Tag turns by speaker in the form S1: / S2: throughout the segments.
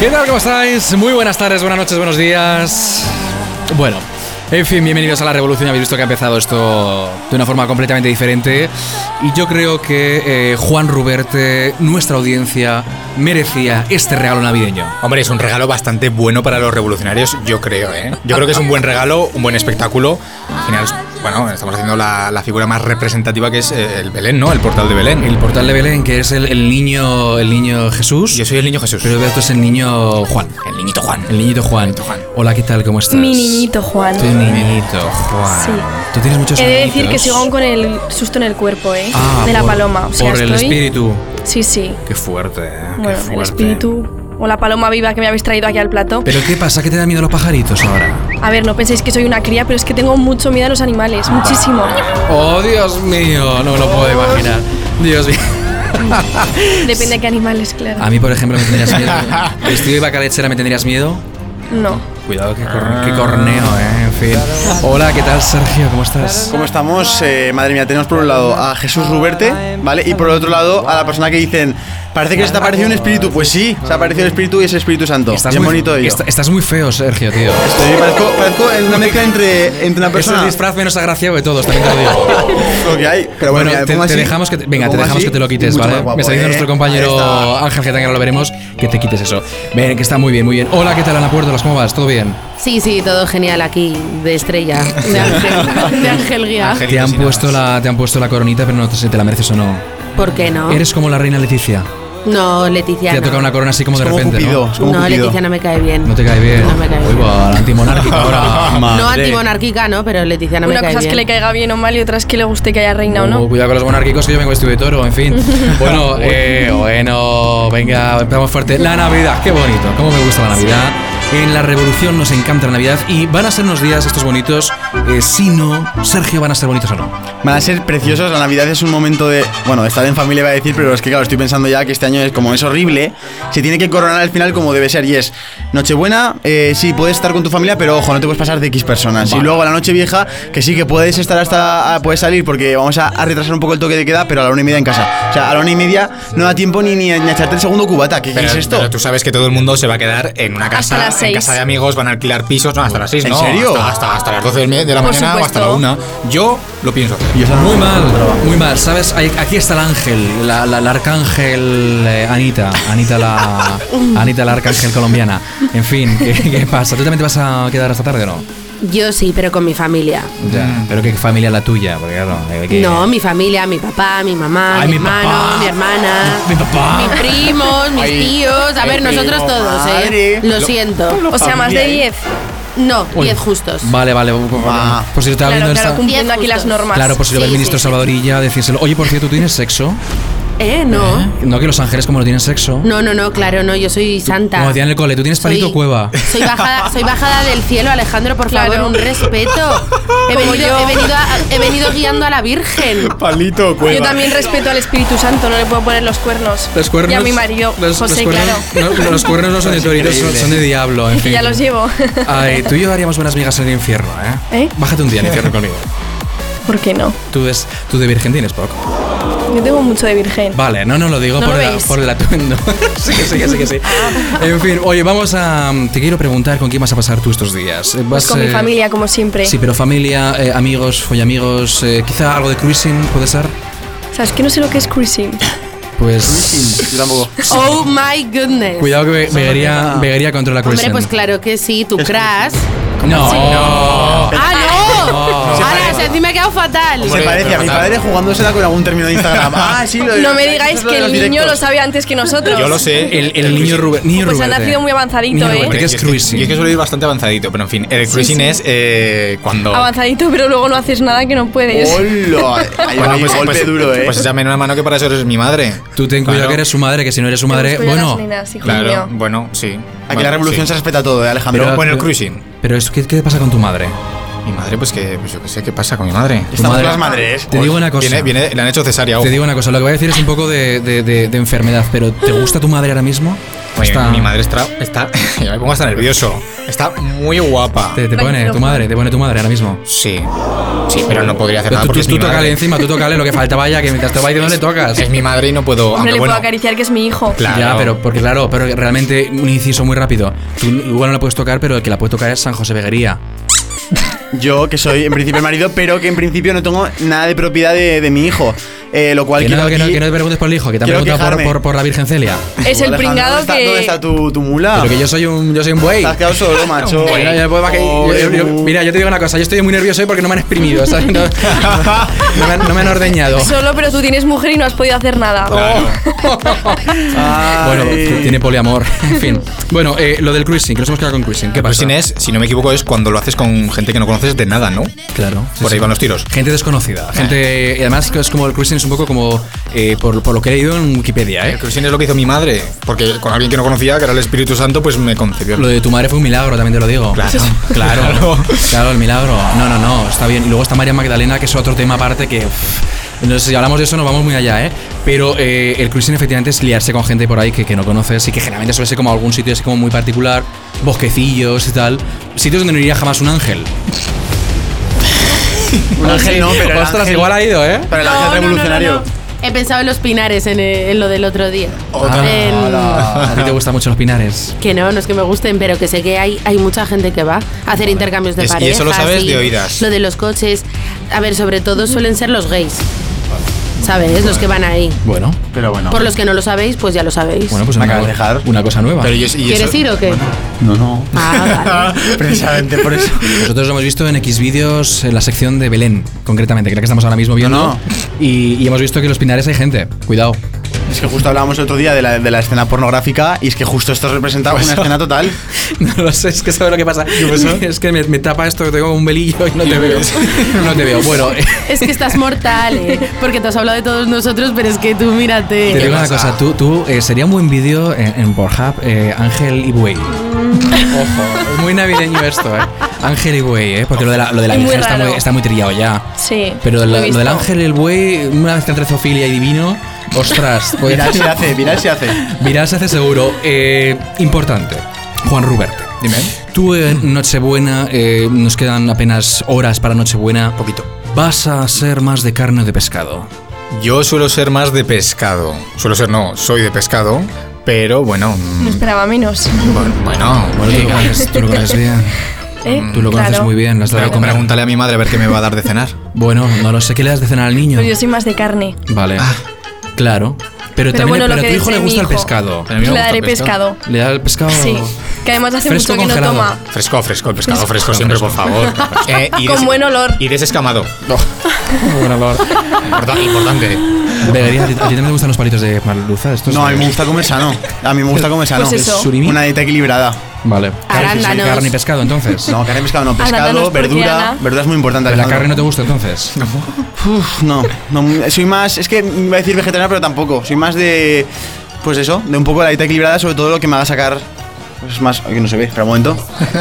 S1: ¿Qué tal? ¿Cómo estáis? Muy buenas tardes, buenas noches, buenos días. Bueno, en fin, bienvenidos a la revolución. Habéis visto que ha empezado esto de una forma completamente diferente. Y yo creo que eh, Juan Ruberte, nuestra audiencia, merecía este regalo navideño.
S2: Hombre, es un regalo bastante bueno para los revolucionarios, yo creo, ¿eh? Yo creo que es un buen regalo, un buen espectáculo. Al final, bueno, estamos haciendo la, la figura más representativa que es eh, el Belén, ¿no? El portal de Belén.
S1: El portal de Belén, que es el, el niño, el niño Jesús.
S2: Yo soy el niño Jesús.
S1: Pero Alberto es el niño Juan.
S2: El niñito Juan.
S1: El niñito Juan. Hola, ¿qué tal? ¿Cómo estás?
S3: Mi niñito Juan.
S1: Tu niñito Juan.
S3: Sí.
S1: Tú tienes muchos
S3: He de decir
S1: niñitos.
S3: que sigo aún con el susto en el cuerpo, ¿eh?
S1: Ah,
S3: de la
S1: por-
S3: paloma. O sea,
S1: por el
S3: estoy-
S1: espíritu.
S3: Sí, sí.
S1: Qué fuerte, ¿eh? Qué
S3: Bueno, el
S1: fuerte.
S3: espíritu o la paloma viva que me habéis traído aquí al plato.
S1: ¿Pero qué pasa? ¿Qué te da miedo los pajaritos ahora?
S3: A ver, no penséis que soy una cría, pero es que tengo mucho miedo a los animales, muchísimo.
S1: ¡Oh, Dios mío! No me lo puedo imaginar. Dios mío.
S3: Depende de qué animales, claro.
S1: A mí, por ejemplo, me tendrías miedo. Vestido de vaca lechera, ¿me tendrías miedo?
S3: No.
S1: Cuidado, qué, cor- qué corneo, ¿eh? En fin. Hola, ¿qué tal, Sergio? ¿Cómo estás?
S4: ¿Cómo estamos? Eh, madre mía, tenemos por un lado a Jesús Ruberte, ¿vale? Y por el otro lado a la persona que dicen, parece que se te ha aparecido un espíritu. Pues sí, se ha aparecido un espíritu y es el Espíritu Santo. Qué
S1: muy,
S4: bonito ello.
S1: est- estás muy feo, Sergio, tío.
S4: Estoy- parezco, parezco una mezcla entre, entre una
S1: Es
S4: persona...
S1: el disfraz menos agraciado de todos, también te lo digo.
S4: lo que hay. Pero bueno,
S1: Bueno,
S4: mira, me
S1: te,
S4: pongo
S1: te
S4: así,
S1: dejamos que te,
S4: me
S1: venga, te
S4: pongo
S1: dejamos
S4: así,
S1: que te lo quites,
S4: mucho
S1: ¿vale?
S4: más guapo,
S1: Me está diciendo
S4: ¿eh?
S1: nuestro
S4: Ahí
S1: compañero
S4: está.
S1: Ángel Getán, que ahora lo veremos, que te quites eso. Ven, que está muy bien, muy bien. Hola, ¿qué tal Ana Puerto? ¿Cómo vas? ¿Todo bien?
S5: Sí, sí, todo genial aquí, de estrella, de Ángel, de Ángel Guía.
S2: Ángel.
S1: Te han,
S2: Sin nada
S1: puesto la, te han puesto la coronita, pero no sé si te la mereces o no.
S5: ¿Por qué no?
S1: Eres como la reina Leticia.
S5: No, Leticia.
S1: Te ha
S5: no.
S1: tocado una corona así como
S4: Es
S1: de
S4: como
S1: repente.
S4: Cupido,
S1: ¿no?
S4: es como
S5: No,
S4: Cupido.
S5: Leticia no me cae bien.
S1: No te cae bien.
S5: No me cae
S1: Uy,
S5: bien.
S1: va, la antimonárquica ahora.
S5: No
S4: Madre.
S5: antimonárquica, no, pero Leticia no
S3: una
S5: me cae
S3: cosa es que le
S5: bien.
S3: caiga bien o mal y otra es que le guste que haya reina o
S1: Oh,
S3: no.
S1: Cuidado con los monárquicos que yo vengo vestido de toro, en fin. Bueno, eh, bueno, venga, empezamos fuerte. La Navidad, qué bonito, cómo me gusta la Navidad. En la revolución nos encanta la Navidad y van a ser unos días estos bonitos. eh, si no, Sergio, van a ser bonitos o no.
S4: Van a ser preciosos, la Navidad es un momento de... Bueno, estar en familia va a decir, pero es que claro, estoy pensando ya que este año es como es horrible, se tiene que coronar al final como debe ser y es Nochebuena, eh, sí, puedes estar con tu familia, pero ojo, no te puedes pasar de X personas. Y luego a la Nochevieja, que sí, que puedes estar hasta... ah, puedes salir porque vamos a, a retrasar un poco el toque de queda, pero a la una y media en casa. O sea, a la una y media no da tiempo ni, ni, a, ni a echarte el segundo cubata, ¿qué, qué
S2: Pero,
S4: es esto?
S2: pero tú sabes que todo el mundo se va a quedar en una casa,
S3: Hasta las
S2: en
S3: seis.
S2: casa de amigos, van a alquilar pisos, no, hasta las 6,
S4: ¿En
S2: no.
S4: serio?
S2: Hasta, hasta- hasta las 12 de la
S3: Por
S2: mañana o hasta la
S3: supuesto.
S2: 1. Yo lo pienso hacer.
S4: Yo esa no-
S1: Muy mal, muy mal. ¿Sabes? Ahí- Aquí está el ángel, la, la- la arcángel eh, Anita. Anita la, Anita la arcángel colombiana. En fin, ¿qué, qué pasa? ¿Tú también te vas a quedar hasta tarde o no?
S5: Yo sí, pero con mi familia.
S1: Ya. Pero qué familia la tuya, porque claro. hay que-
S5: Mm. No, mi familia, mi papá, mi mamá, mi,
S1: Ay, mi
S5: hermano,
S1: papá. Ah.
S5: mi hermana,
S1: Mi papá.
S5: mis primos, mis
S4: Ay,
S5: tíos. A
S4: mi
S5: ver, nosotros
S4: primo,
S5: todos,
S4: madre.
S5: ¿eh? Lo
S4: Lo-
S5: siento.
S3: O sea, más de
S4: Familia, ¿eh?
S3: 10.
S5: No,
S1: Uy.
S5: 10 justos.
S1: Vale, vale.
S5: Ah.
S1: Por, por si lo estaba
S3: Claro,
S1: viendo
S3: claro,
S1: esta-
S3: cumpliendo aquí las normas.
S1: Claro, por si lo ve el
S5: Sí,
S1: ministro
S5: sí, sí.
S1: Salvadorilla, decírselo. Oye, por cierto, ¿tú tienes sexo?
S5: ¿Eh? No.
S1: No, que los ángeles como no tienen sexo.
S5: No, no, no, claro, no, yo soy santa.
S1: Como decían en el cole, ¿tú tienes palito o cueva?
S5: Soy bajada, soy bajada del cielo, Alejandro, por
S3: Claro.
S5: favor, un respeto. He
S3: Como
S5: venido,
S3: yo.
S5: he, venido a- he venido guiando a la Virgen.
S2: Palito,
S3: Yo también respeto al Espíritu Santo, no le puedo poner los cuernos. Y a mi marido, José, claro.
S1: No, los cuernos no son de torito, son, son de diablo. En
S3: Que
S1: fin.
S3: ya los llevo.
S1: Ay, tú y yo haríamos buenas migas en el infierno, ¿eh?
S3: ¿Eh?
S1: Bájate un día al infierno conmigo.
S3: ¿Por qué no?
S1: Tú, es, tú de virgen tienes poco.
S3: Yo tengo mucho de virgen.
S1: Vale, no, no lo digo
S3: ¿No
S1: por,
S3: lo
S1: la-
S3: veis? Ah.
S1: por el atuendo. sí, que sí, que sí, que sí. En fin, oye, vamos a. Te quiero preguntar con quién vas a pasar tú estos días. Eh,
S3: Pues
S1: vas,
S3: con mi
S1: eh,
S3: familia, como siempre.
S1: Sí, pero familia, eh, amigos, follamigos, eh, quizá algo de cruising, ¿puede ser?
S3: ¿Sabes que no sé lo que es cruising?
S1: Pues...
S4: Yo tampoco.
S5: Oh my goodness.
S1: Cuidado que ve- veguería, veguería contra la
S5: Hombre,
S1: cruising.
S2: em.
S5: pues claro que sí, tu crash.
S1: No.
S5: ¡Ah,
S1: No.
S5: no!
S1: Se
S5: ¡Ahora, si encima he quedado fatal!
S4: Se parece a mi padre jugándosela con algún término de Instagram. Ah, sí, lo de-
S3: No me digáis
S4: eso es
S3: que
S4: de los
S3: el niño lo
S4: directos.
S3: sabe antes que nosotros.
S2: Yo lo sé.
S1: El, el niño
S2: Rubén.
S1: Rubén. Niño
S3: Pues ha
S1: Ruberte.
S3: nacido muy avanzadito,
S1: Niño
S3: ¿eh?
S1: Ruberte, ¿Qué es
S2: Yo que-
S1: cruising?
S2: Yo es que suelo ir bastante avanzadito, pero en fin, el cruising es eh, cuando.
S3: Avanzadito, pero luego no haces nada que no puedes.
S4: ¡Hola! Ahí va,
S2: Bueno,
S4: ahí
S2: pues,
S4: golpe
S2: pues-
S4: duro, eh.
S2: Pues échame una mano que para eso eres mi madre.
S1: Tú ten cuidado
S2: Claro.
S1: que eres su madre, que si no eres su
S3: Te
S1: madre...
S3: busco yo
S1: Bueno...
S3: las nenas, hijo
S2: Claro,
S3: mío.
S2: bueno, sí.
S4: Aquí la revolución se respeta todo, ¿eh, Alejandro?
S2: Pero bueno, el cruising.
S1: Pero esto, ¿qué, ¿qué pasa con tu madre?
S2: Mi madre, pues que pues yo qué sé, ¿qué pasa con mi madre?
S1: Tu
S4: Estamos con las madres.
S1: Te digo una cosa.
S2: Viene, viene, le han hecho cesárea. ojo.
S1: Te digo una cosa, lo que voy a decir es un poco de, de- de- de enfermedad, pero ¿te gusta tu madre ahora mismo?
S2: Oye, mi,
S1: está-
S2: mi madre está, está. Ya me pongo hasta nervioso. Está muy guapa.
S1: Te, te pone tu madre, te pone tu madre ahora mismo.
S2: Sí. Sí, pero no podría hacer
S1: Pero
S2: nada
S1: tú,
S2: porque
S1: tú,
S2: es
S1: tú
S2: mi
S1: tócale
S2: madre.
S1: encima, tú tócale lo que faltaba ya, que mientras te va diciendo le tocas.
S2: Es mi madre y no puedo.
S3: Hombre,
S2: aunque
S3: le
S2: pues, ah, bueno,
S3: puedo acariciar que es mi hijo.
S2: Claro.
S1: Ya, pero porque claro, pero realmente un inciso muy rápido. Tú igual no la puedes tocar, pero el que la puede tocar es San José Beguería.
S4: Yo, que soy en principio el marido, pero que en principio no tengo nada de propiedad de, de mi hijo. Eh, lo cual
S1: Que no,
S4: quiero
S1: que, no,
S4: aquí-
S1: que no te preguntes por el hijo, que te han
S4: quiero
S1: preguntado por,
S4: quejarme.
S1: por, por la Virgen Celia.
S3: Es el
S4: Alejandro,
S3: pringado
S4: ¿dónde está,
S3: que.
S4: ¿Dónde está tu, tu mula?
S1: Pero que yo soy un, yo soy un buey.
S4: Te has quedado solo, macho. Oh.
S1: Bueno, ya, pues, va que- yo- yo- yo- mira, yo te digo una cosa, yo estoy muy nervioso hoy porque no me han exprimido, ¿sabes? No, no me, han- no me han ordeñado.
S3: Solo, pero tú tienes mujer y no has podido hacer nada.
S2: Ah.
S1: Bueno,
S4: Ay.
S1: t- tiene poliamor, en fin. Bueno, eh, lo del cruising, que nos hemos quedado con cruising. ¿Qué pasa?
S2: Cruising es, si no me equivoco, es cuando lo haces con gente que no conoces de nada, ¿no?
S1: Claro. sí,
S2: Por ahí
S1: sí.
S2: van los tiros.
S1: Gente desconocida, gente. Y además, que es como el cruising es un poco como. eh, por, por lo que he leído en Wikipedia,
S2: El
S1: ¿eh?
S2: cruising es lo que hizo mi madre, porque con alguien que no conocía, que era el Espíritu Santo, pues me concebió.
S1: Lo de tu madre fue un milagro, también te lo digo.
S2: Claro.
S1: claro, claro, el milagro. No, no, no, está bien. Y luego está María Magdalena, que es otro tema aparte que. uff, no sé, si hablamos de eso nos vamos muy allá, ¿eh? Pero eh, el cruising efectivamente es liarse con gente por ahí que, que no conoces y que generalmente suele ser como algún sitio así como muy particular, bosquecillos y tal. Sitios donde no iría jamás un ángel.
S4: Un ángel no, pero el
S1: Ostras,
S4: ángel-
S1: igual ha ido, ¿eh?
S4: Pero el ángel revolucionario.
S5: He pensado en los pinares, en, eh, en lo del otro día. En-
S4: Hola.
S1: Ah, A ti te gustan mucho los pinares.
S5: Que no, no es que me gusten, pero que sé que hay, hay mucha gente que va a hacer intercambios de
S2: Es-
S5: parejas.
S2: y eso lo sabes
S5: y
S2: de oídas.
S5: Lo de los coches. A ver, sobre todo suelen ser los gays. ¿Sabes? Los que van ahí.
S1: Bueno,
S4: Pero bueno.
S5: Por los que no lo sabéis, pues ya lo sabéis.
S1: bueno, pues
S4: Me
S1: una,
S4: acabas de dejar.
S1: una cosa nueva.
S2: Pero yo- y
S5: ¿Quieres
S2: eso-
S5: ir o qué?
S4: No, no.
S5: Ah,
S4: Precisamente por eso.
S1: Nosotros lo hemos visto en X vídeos en la sección de Belén, concretamente, que es la que estamos ahora mismo viendo.
S4: No, no.
S1: Y, y hemos visto que en los pinares hay gente. Cuidado.
S4: Es que justo hablábamos el otro día de la, de la escena pornográfica y es que justo esto representaba una escena total.
S1: No lo sé, es que sabes lo que pasa. Es que me, me tapa esto, que tengo un velillo y no te veo. No te veo. Bueno, eh,
S5: Es que estás mortal, eh, porque te has hablado de todos nosotros, pero es que tú mírate.
S1: te digo una cosa. Tú, tú eh, sería un buen vídeo en, en Pornhub, eh, Ángel y Buey. Ojo, es muy navideño esto, ¿eh? Ángel y Buey, ¿eh? Porque lo de la, lo de la
S3: Es muy
S1: Virgen está
S3: raro.
S1: muy, está muy trillado ya.
S3: Sí. lo
S1: Pero
S3: he
S1: lo, lo del
S3: visto.
S1: ángel y el buey, una vez que entre zoofilia y divino, ostras, pues-
S4: Mirad si hace, mirad si hace.
S1: Viral se hace seguro. Eh, importante. Juan Ruberte. Dime. Tú en Nochebuena, eh, nos quedan apenas horas para Nochebuena. Poquito. ¿Vas a ser más de carne o de pescado?
S2: Yo suelo ser más de pescado. Suelo ser, no, soy de pescado, pero bueno.
S3: No
S2: mm,
S3: esperaba menos.
S2: Bueno, bueno,
S1: Bueno, tú
S2: eh,
S1: lo conoces, tú lo conoces bien.
S3: ¿eh?
S1: Tú lo conoces
S3: Claro.
S1: muy bien, las
S2: pre-
S1: dado a comer.
S2: Pregúntale a mi madre a ver qué me va a dar de cenar.
S1: Bueno, no lo sé. ¿Qué le das de cenar al niño?
S3: Pero Pues yo soy más de carne.
S1: Vale.
S2: Ah.
S1: Claro. Pero,
S3: Pero
S1: también
S3: bueno,
S1: pero
S3: lo
S1: a tu
S3: que
S1: hijo le
S3: desee mi
S1: gusta el
S3: hijo.
S1: pescado.
S2: Pero a mí me
S3: Le
S2: gusta el
S3: daré pescado.
S1: ¿Le da el pescado?
S3: Sí. Que además hace
S1: Oh. Fresco
S3: mucho que
S1: congelado.
S3: no toma.
S2: Fresco, fresco, el pescado fresco siempre, por favor. Eh, y
S3: Con
S2: des-
S3: buen olor.
S2: Y Eh, desescamado.
S1: Buen olor.
S2: Importa- importante.
S1: Debería- ¿A ti también te gustan los palitos de merluza? Estos
S4: No, a mí
S1: de-
S4: me gusta comer sano. A mí me gusta comer sano.
S3: Pues eso.
S1: Surimi.
S4: Una dieta equilibrada.
S1: Vale.
S5: Arándanos.
S1: Carne y pescado, entonces.
S4: No, carne y pescado no, pescado,
S3: Arándanos,
S4: verdura.
S3: porciana.
S4: Verdura es muy importante.
S1: ¿La
S4: Alejandro.
S1: carne no te gusta, entonces?
S4: Uf, no, no, soy más, es que iba a decir vegetariana, pero tampoco, soy más de, pues eso, de un poco la dieta equilibrada, sobre todo lo que me haga sacar, es más, ay, que no se ve, espera un momento.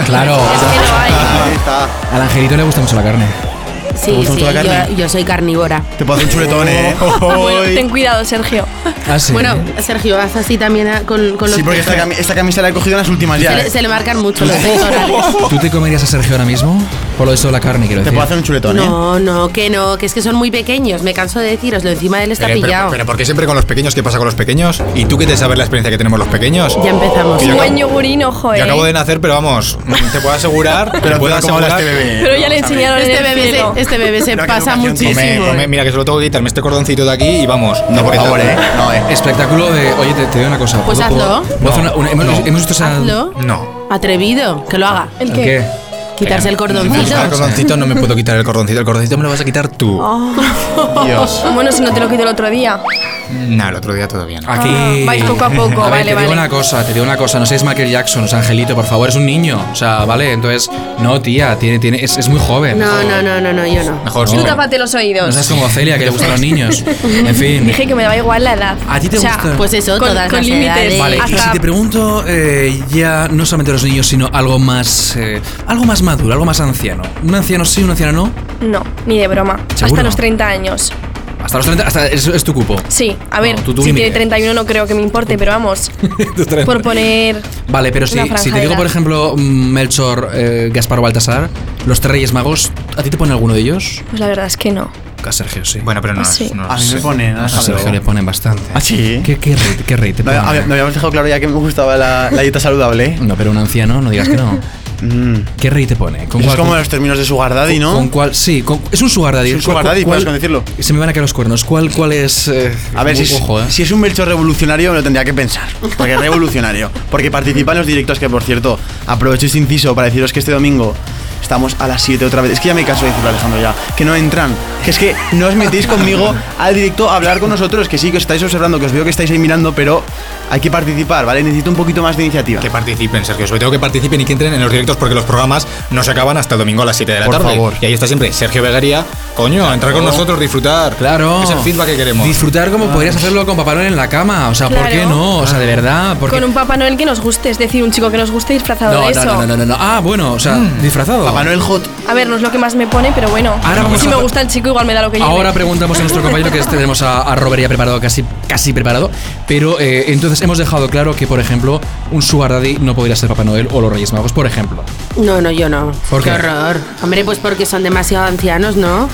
S1: Claro.
S3: Que no hay.
S4: Ah, ahí está.
S1: Al angelito le gusta mucho la carne.
S4: ¿Te
S5: Sí,
S4: gusta
S5: sí,
S4: mucho la carne?
S5: yo, yo soy carnívora.
S4: Te puedo hacer un chuletón, eh.
S3: Bueno, ten cuidado, Sergio.
S1: Ah, sí.
S5: Bueno, Sergio, haz así también a- con, con los...
S4: Sí, porque esta, cami- esta camisa la he cogido en las últimas
S5: se,
S4: ya.
S5: le,
S4: eh.
S5: se le marcan mucho los pectorales.
S1: ¿Tú te comerías a Sergio ahora mismo? Por lo de eso de la carne, quiero
S4: Te
S1: decir.
S4: puedo hacer un chuletón, eh.
S5: No, no, que no, que es que son muy pequeños, me canso de deciroslo, encima de él está
S2: Eh, Pero, pero,
S5: pillado.
S2: pero ¿por qué siempre con los pequeños? ¿Qué pasa con los pequeños? ¿Y tú qué te sabes la experiencia que tenemos los pequeños?
S5: ya empezamos.
S2: Yo
S3: Buen
S2: acabo-
S3: yogurín, ojo, eh.
S2: Yo acabo de nacer, pero vamos, mm, te puedo asegurar.
S4: Pero
S2: te puedo
S4: puedo como
S2: asegurar.
S4: habla este bebé.
S3: Pero ya le enseñaron
S5: Este
S3: en el
S5: bebé,
S3: cielo.
S5: se, este bebé se
S4: Pero qué
S5: pasa
S4: educación tiene.
S5: muchísimo. eh.
S2: Come, come, mira que solo tengo que quitarme este cordoncito de aquí y vamos. No,
S4: por favor, eh. No, eh.
S1: Espectáculo de. Oye, te, te doy una cosa.
S5: Pues
S1: ¿Puedo-
S5: hazlo.
S1: puedo- puedo hacer una- una- hemos,
S2: No.
S1: hemos visto esa.
S5: Hazlo.
S2: No.
S5: Atrevido, que lo haga.
S3: ¿El
S1: ¿El
S3: qué?
S1: qué?
S5: Quitarse el
S2: Me gusta El
S5: cordoncito.
S2: cordoncito no me puedo quitar el cordoncito. El cordoncito me lo vas a quitar tú.
S3: Oh.
S4: Dios.
S3: Bueno, si no te lo quito el otro día.
S2: Nah, el otro día todavía no.
S1: Aquí.
S3: Ah, vais poco a poco,
S1: ver,
S3: vale,
S1: te digo
S3: vale.
S1: una cosa, te digo una cosa. No seas Michael Jackson, o sea, Angelito, por favor, es un niño. O sea, vale, entonces. No, tía, tiene, tiene, es, es muy joven.
S5: No, no, no, no, no, yo no.
S2: Mejor
S3: Tú
S2: sí.
S3: tápate los
S1: No
S3: oídos.
S1: seas como Celia, que le gustan los niños. En fin.
S3: Dije que me daba igual la edad.
S1: ¿A ti te
S3: O sea,
S1: gusta?
S5: Pues eso,
S3: con,
S5: todas
S3: con
S5: las
S3: límites.
S5: edades.
S1: Vale, y
S3: Hasta-
S1: si te pregunto eh, ya no solamente los niños, sino algo más eh, algo más maduro, algo más anciano. Un anciano sí, un anciano no.
S3: No, ni de broma.
S1: ¿Seguro?
S3: Hasta los 30 años.
S1: Hasta los 30, hasta es, es tu cupo.
S3: Sí, a ver,
S1: No, tú- tú
S3: si
S1: límite.
S3: tiene 31 no creo que me importe, pero vamos,
S1: Tus 30.
S3: por poner...
S1: Vale, pero si,
S3: una franja
S1: si te
S3: de
S1: digo,
S3: edad.
S1: por ejemplo, mm, Melchor, eh, Gaspar o Baltasar, los tres reyes magos, ¿a ti te pone alguno de ellos?
S3: Pues la verdad es que no.
S1: A Sergio, sí.
S2: Bueno, pero no,
S3: Ah, Sí.
S2: no
S4: A mí me
S2: sé.
S4: ponen,
S1: a Sergio le ponen bastante.
S4: ¿Ah, sí?
S1: ¿Qué, qué rey, qué rey te
S4: No, a ver,
S1: ponen?
S4: me habíamos dejado claro ya que me gustaba la, la dieta saludable. ¿eh?
S1: No, pero un anciano, no digas que no.
S4: Mm.
S1: ¿Qué rey te pone?
S4: Eso
S1: ¿Con
S4: es
S1: cuál-
S4: como este- los términos de Sugar Daddy, ¿no?
S1: ¿Con cuál? Sí, con- es un sugar daddy.
S4: Es un
S1: ¿Cuál-
S4: sugar daddy,
S1: cuál-
S4: puedes decirlo.
S1: Se me van a caer los cuernos. ¿Cuál, cuál es? eh,
S4: A ver, si, es-
S1: ojo, eh?
S4: si es un Melchor revolucionario me lo tendría que pensar. Porque es revolucionario. Porque participa en los directos que, por cierto, aprovecho este inciso para deciros que este domingo estamos a las 7 otra vez. Es que ya me canso de decirlo, Alejandro, ya. Que no entran. Que es que no os metéis conmigo al directo a hablar con nosotros. Que sí, que os estáis observando, que os veo que estáis ahí mirando, pero hay que participar, ¿vale? Necesito un poquito más de iniciativa.
S2: Que participen, Sergio. Sobre todo que participen y que entren en los directos porque los programas no se acaban hasta el domingo a las 7 de la
S4: Por
S2: tarde.
S4: favor.
S2: Y ahí está siempre Sergio Vegaría. Coño, a
S4: Oh.
S2: entrar con nosotros, disfrutar.
S1: Claro.
S2: Es el feedback que queremos.
S1: Disfrutar
S4: Ah.
S1: como podrías hacerlo con Papá Noel en la cama. O sea, ¿por
S3: Claro.
S1: qué no? O sea, de verdad. Porque...
S3: Con un Papá Noel que nos guste, es decir, un chico que nos guste disfrazado
S1: no,
S3: de
S1: no,
S3: eso.
S1: no, no, no, no. Ah, bueno, o sea, disfrazado.
S4: Mm. Papá Noel Hot.
S3: A ver, no es lo que más me pone, pero bueno.
S1: Ahora vamos
S3: si
S1: a-
S3: me gusta el chico, igual me da lo que yo.
S1: Ahora preguntamos a nuestro compañero que tenemos a, a Robert ya preparado, casi, casi preparado. Pero eh, entonces hemos dejado claro que, por ejemplo, un Sugar Daddy no podría ser Papá Noel o los Reyes Magos, por ejemplo.
S5: No, no, yo no.
S1: ¿Por qué?
S5: horror. Hombre, pues porque son demasiado ancianos, ¿no?